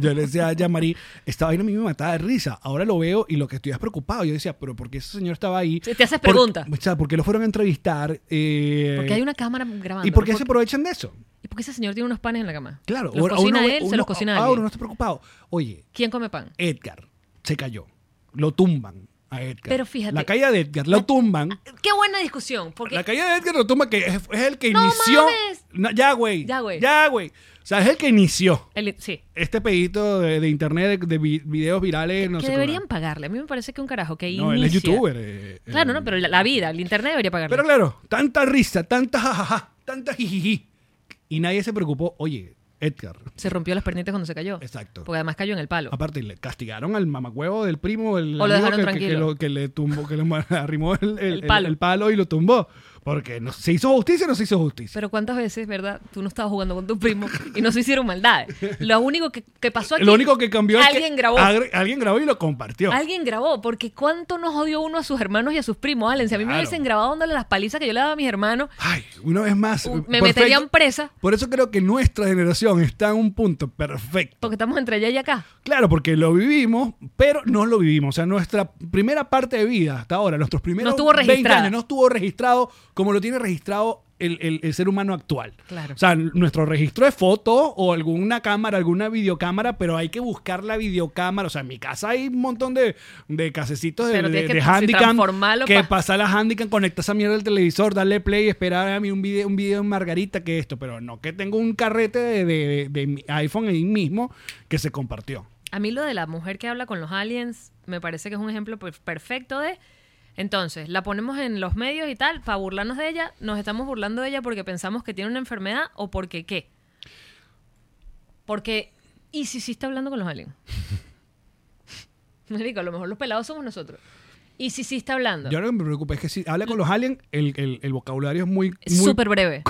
Speaker 1: yo le decía a Yamari, esta vaina a mí me mataba de risa. Ahora lo veo y lo que estoy es preocupado. Yo decía, pero ¿por qué ese señor estaba ahí?
Speaker 2: Te- te haces
Speaker 1: Por-
Speaker 2: pregunta.
Speaker 1: o sea, ¿por qué lo fueron a entrevistar? Eh,
Speaker 2: Porque hay una cámara grabando.
Speaker 1: ¿Y por qué
Speaker 2: ¿no?
Speaker 1: se aprovechan de eso?
Speaker 2: ¿Y por qué ese señor tiene unos panes en la cama?
Speaker 1: Claro.
Speaker 2: Los
Speaker 1: ahora-
Speaker 2: cocina
Speaker 1: uno ve-
Speaker 2: él, se
Speaker 1: uno-
Speaker 2: los cocina
Speaker 1: Ahora
Speaker 2: alguien.
Speaker 1: uno está preocupado. Oye,
Speaker 2: ¿Quién come pan?
Speaker 1: Edgar se cayó. Lo tumban a Edgar.
Speaker 2: Pero fíjate-
Speaker 1: La caída de Edgar lo tumban.
Speaker 2: Eh, Qué buena discusión, porque
Speaker 1: La caída de Edgar lo tumba, que es, es el que
Speaker 2: ¡No
Speaker 1: inició.
Speaker 2: mames!
Speaker 1: No, ya, güey.
Speaker 2: Ya, güey.
Speaker 1: Ya, güey. O sea, es el que inició.
Speaker 2: el- sí,
Speaker 1: este pedito de, de internet, de, de vi- videos virales, no
Speaker 2: que
Speaker 1: sé qué
Speaker 2: deberían
Speaker 1: más.
Speaker 2: pagarle. A mí me parece que un carajo que
Speaker 1: No, él es
Speaker 2: inicia-
Speaker 1: youtuber. eh, eh.
Speaker 2: Claro, no, pero la, la vida, el internet debería pagarle.
Speaker 1: Pero claro, tanta risa, tanta jajaja, tanta jijiji. Y nadie se preocupó, oye, Edgar.
Speaker 2: Se rompió las pernitas cuando se cayó.
Speaker 1: Exacto.
Speaker 2: Porque además cayó en el palo.
Speaker 1: Aparte, le castigaron al mamacuevo del primo, el
Speaker 2: O lo
Speaker 1: amigo
Speaker 2: dejaron
Speaker 1: que, que- que
Speaker 2: tranquilo.
Speaker 1: lo- que le tumbó, que le ma- arrimó el, el- el-
Speaker 2: palo.
Speaker 1: el palo y lo tumbó. Porque no, se hizo justicia o no se hizo justicia.
Speaker 2: Pero cuántas veces, ¿verdad? Tú no estabas jugando con tu primo y no se hicieron maldades. Lo único que, que pasó aquí.
Speaker 1: lo único que cambió es que
Speaker 2: Alguien grabó.
Speaker 1: agre- alguien grabó y lo compartió.
Speaker 2: Alguien grabó, porque cuánto nos odió uno a sus hermanos y a sus primos. Allen, si a mí me
Speaker 1: Claro.
Speaker 2: hubiesen grabado dándole las palizas que yo le daba a mis hermanos,
Speaker 1: Ay, una vez más.
Speaker 2: u- Uh, me
Speaker 1: perfecto.
Speaker 2: meterían presa,
Speaker 1: Por eso creo que nuestra generación está en un punto perfecto.
Speaker 2: porque estamos entre allá y acá.
Speaker 1: Claro, porque lo vivimos, pero no lo vivimos. O sea, nuestra primera parte de vida hasta ahora, nuestros primeros
Speaker 2: No estuvo
Speaker 1: 20
Speaker 2: registrada.
Speaker 1: años, no estuvo registrado como lo tiene registrado el, el- el ser humano actual.
Speaker 2: Claro.
Speaker 1: O sea, nuestro registro es foto o alguna cámara, alguna videocámara, pero hay que buscar la videocámara. O sea, en mi casa hay un montón de, de casecitos de,
Speaker 2: Pero
Speaker 1: de,
Speaker 2: tienes que
Speaker 1: de
Speaker 2: si
Speaker 1: Handycam.
Speaker 2: transformarlo
Speaker 1: Que
Speaker 2: pa-
Speaker 1: pasar la Handycam, conectas esa mierda al televisor, darle play, esperar a mí un video, un video en Margarita, que esto. Pero no que tengo un carrete de, de- de- de mi iPhone ahí mismo que se compartió.
Speaker 2: A mí lo de la mujer que habla con los aliens me parece que es un ejemplo per- perfecto de... Entonces, la ponemos en los medios y tal, para burlarnos de ella, nos estamos burlando de ella porque pensamos que tiene una enfermedad o porque qué. Porque, ¿y si sí está hablando con los aliens? Marico, a lo mejor los pelados somos nosotros. ¿Y si sí está hablando?
Speaker 1: Yo lo que me preocupa es que si habla con los aliens, el, el- el vocabulario es muy. muy
Speaker 2: Es Súper breve.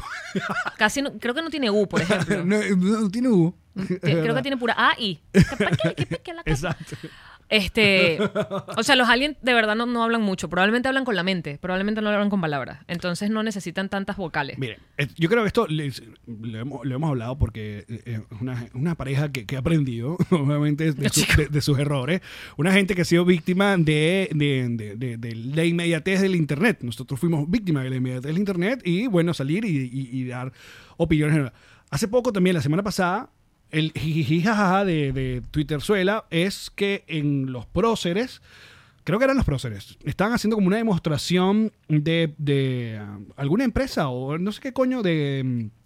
Speaker 2: Casi no- creo que no tiene U, por ejemplo.
Speaker 1: no, no tiene U.
Speaker 2: Ti- creo que tiene pura A y.
Speaker 1: Exacto.
Speaker 2: Este, o sea, los aliens de verdad no, no hablan mucho. Probablemente hablan con la mente, probablemente no hablan con palabras. Entonces no necesitan tantas vocales.
Speaker 1: Mire, eh, yo creo que esto les- lo, hemos, lo hemos hablado porque eh, eh, una, una pareja que, que ha aprendido, obviamente, de, su- de- de sus errores. Una gente que ha sido víctima de, de- de- de- de la inmediatez del Internet. Nosotros fuimos víctimas de la inmediatez del Internet y, bueno, salir y, y- y dar opiniones. generales. Hace poco también, la semana pasada, el jijiji jajaja de, de Twitter Suela es que en los próceres creo que eran los próceres, estaban haciendo como una demostración de, de, ah, alguna empresa o no sé qué coño de... mm,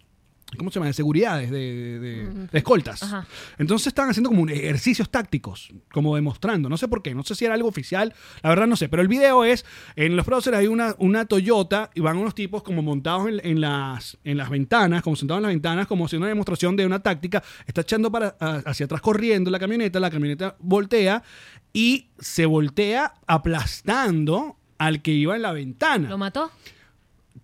Speaker 1: ¿Cómo se llama? De seguridades, de, de- de- de escoltas.
Speaker 2: Ajá.
Speaker 1: Entonces estaban haciendo como un- ejercicios tácticos, como demostrando. No sé por qué, no sé si era algo oficial, la verdad no sé. Pero el video es, en los próceres hay una, una Toyota y van unos tipos como montados en, en las, en las ventanas, como sentados en las ventanas, como haciendo una demostración de una táctica. Está echando para, a- hacia atrás corriendo la camioneta, la camioneta voltea y se voltea aplastando al que iba en la ventana.
Speaker 2: ¿Lo mató?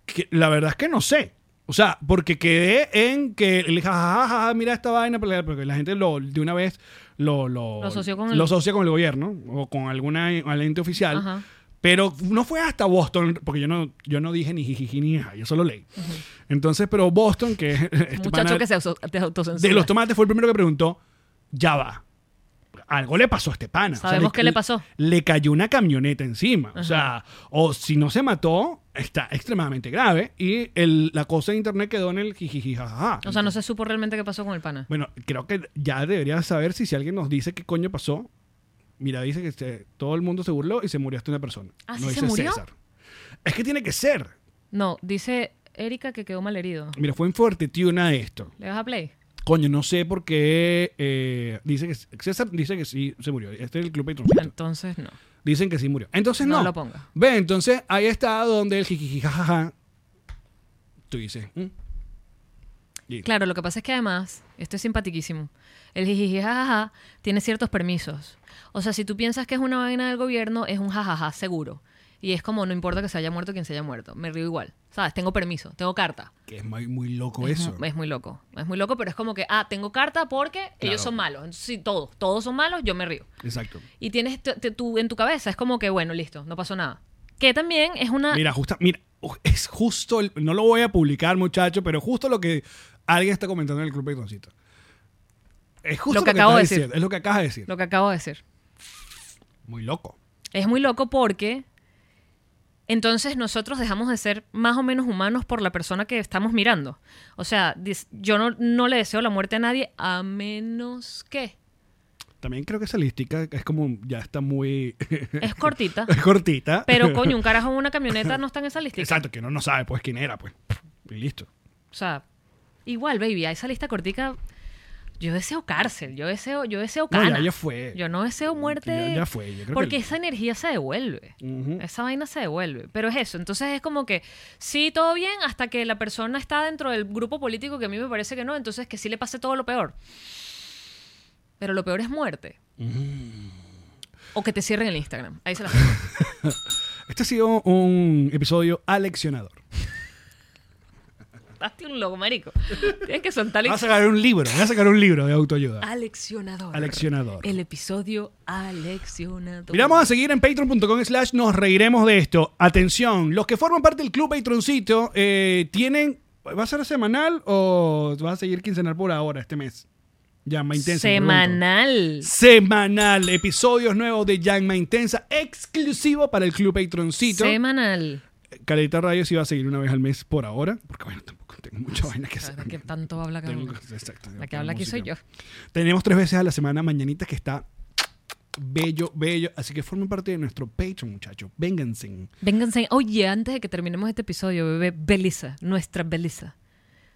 Speaker 1: Que la verdad es que no sé. O sea, porque quedé en que "Ah, el jajaja, mira esta vaina, pero porque la gente lo, de una vez lo, lo,
Speaker 2: Lo asoció con el-
Speaker 1: lo asocia con el gobierno o con alguna al ente oficial.
Speaker 2: Ajá.
Speaker 1: Pero no fue hasta Boston, porque yo no, yo no dije ni jijiji ni jaja, yo solo leí. Entonces, pero Boston, que es este
Speaker 2: Muchacho
Speaker 1: pana
Speaker 2: que se auto- te autocensura.
Speaker 1: de los tomates, fue el primero que preguntó, ya va. Algo le pasó a este pana. O sea,
Speaker 2: Sabemos qué le pasó.
Speaker 1: Le cayó una camioneta encima. O sea, o si no se mató, está extremadamente grave. Y el- la cosa de internet quedó en el jijiji jajaja.
Speaker 2: O sea, no se supo realmente qué pasó con el pana.
Speaker 1: Bueno, creo que ya debería saber si, si alguien nos dice qué coño pasó. Mira, dice que se- todo el mundo se burló y se murió hasta una persona.
Speaker 2: ¿Ah,
Speaker 1: no
Speaker 2: sí se
Speaker 1: dice
Speaker 2: murió?
Speaker 1: César. Es que tiene que ser.
Speaker 2: No, dice Erika que quedó malherido.
Speaker 1: Mira, fue en Fortituna esto.
Speaker 2: ¿Le vas a play?
Speaker 1: Coño, no sé por qué. eh, dice que César dice que sí se murió. Este es el club Patreon.
Speaker 2: Entonces no.
Speaker 1: Dicen que sí murió. Entonces no.
Speaker 2: No lo ponga.
Speaker 1: Ve, entonces ahí está donde el jijiji jajaja. Tú dices. ¿Mm? Y-
Speaker 2: Claro, lo que pasa es que además, esto es simpatiquísimo, el jijiji jajaja tiene ciertos permisos. O sea, si tú piensas que es una vaina del gobierno, es un jajaja seguro. Y es como, no importa que se haya muerto quien se haya muerto, me río igual. ¿Sabes? Tengo permiso, tengo carta.
Speaker 1: Que es muy, muy loco
Speaker 2: Es
Speaker 1: eso.
Speaker 2: mu- Es muy loco. Es muy loco, pero es como que, ah, tengo carta porque ellos son malos. Entonces, si todos, todos son malos, yo me río.
Speaker 1: Exacto.
Speaker 2: Y tienes t- t- tú en tu cabeza, es como que, bueno, listo, no pasó nada. Que también es una...
Speaker 1: Mira, justa, mira, uj, es justo, el- no lo voy a publicar, muchacho, pero justo lo que alguien está comentando en el club Patroncito. Es justo lo
Speaker 2: Lo
Speaker 1: que,
Speaker 2: que acabo
Speaker 1: acabas de
Speaker 2: de
Speaker 1: decir.
Speaker 2: decir.
Speaker 1: Es lo que acabas de decir.
Speaker 2: Lo que acabo de decir.
Speaker 1: Muy loco.
Speaker 2: Es muy loco porque entonces nosotros dejamos de ser más o menos humanos por la persona que estamos mirando. O sea, dis- yo no, no le deseo la muerte a nadie a menos que.
Speaker 1: También creo que esa listica es como, ya está muy
Speaker 2: Es cortita.
Speaker 1: cortita.
Speaker 2: Pero coño, un carajo en una camioneta no está en esa lista.
Speaker 1: Exacto, que uno no sabe pues quién era, pues. Y listo.
Speaker 2: O sea, igual, baby, a esa lista cortica Yo deseo cárcel, yo deseo, yo deseo
Speaker 1: No, ya-
Speaker 2: cana.
Speaker 1: ya fue.
Speaker 2: Yo no deseo muerte.
Speaker 1: Ya- ya fue, yo creo que
Speaker 2: porque
Speaker 1: el-
Speaker 2: esa energía se devuelve.
Speaker 1: Ujú.
Speaker 2: Esa vaina se devuelve. Pero es eso. Entonces es como que sí, todo bien, hasta que la persona está dentro del grupo político que a mí me parece que no. Entonces que sí le pase todo lo peor. Pero lo peor es muerte.
Speaker 1: Mm.
Speaker 2: O que te cierren el Instagram. Ahí se la pongo.
Speaker 1: Este ha sido un episodio aleccionador.
Speaker 2: Hazte un loco, marico. Tienes que soltar
Speaker 1: Me Voy a sacar un libro, me voy a sacar un libro de autoayuda.
Speaker 2: Aleccionador.
Speaker 1: Aleccionador.
Speaker 2: El episodio aleccionador.
Speaker 1: Mira, vamos a seguir en patreon.com slash nos reiremos de esto. Atención, los que forman parte del club Patroncito eh, tienen... ¿Va a ser semanal o vas a seguir quincenal por ahora este mes? Llama intensa. pregunto.
Speaker 2: Semanal.
Speaker 1: Semanal. Episodios nuevos de Llama Intensa exclusivo para el club Patroncito.
Speaker 2: Semanal.
Speaker 1: Caleta Radio sí va a seguir una vez al mes por ahora, porque bueno, tampoco tengo mucha vaina que hacer.
Speaker 2: ¿Sabes qué tanto habla cada
Speaker 1: Tengo-
Speaker 2: uno?
Speaker 1: exacto,
Speaker 2: La que
Speaker 1: tengo
Speaker 2: habla aquí soy yo.
Speaker 1: música. Tenemos tres veces a la semana Mañanitas que está bello, bello. Así que formen parte de nuestro Patreon, muchachos. Vénganse.
Speaker 2: Vénganse. Oye, antes de que terminemos este episodio, bebé, Belisa, nuestra Belisa,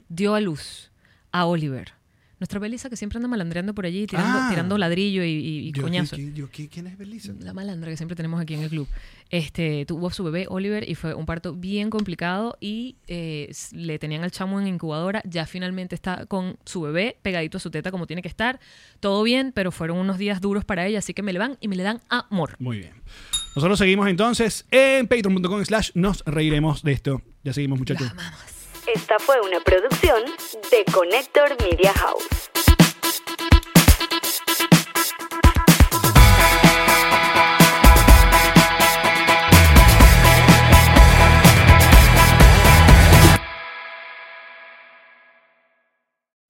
Speaker 2: dio a luz a Oliver. Nuestra Belisa que siempre anda malandreando por allí, tirando,
Speaker 1: Ah.
Speaker 2: tirando ladrillo y, y- y
Speaker 1: Yo,
Speaker 2: coñazo.
Speaker 1: ¿qui- qui- yo, qui- ¿Quién es Belisa?
Speaker 2: la malandra que siempre tenemos aquí en el club, este, tuvo su bebé Oliver y fue un parto bien complicado y eh, s- le tenían al chamo en incubadora, ya finalmente está con su bebé pegadito a su teta como tiene que estar, todo bien, pero fueron unos días duros para ella, así que me le van y me le dan amor.
Speaker 1: Muy bien. Nosotros seguimos entonces en patreon.com slash nos reiremos de esto. Ya seguimos, muchachos.
Speaker 7: Esta fue una producción de Connector Media House.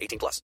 Speaker 8: 18 plus.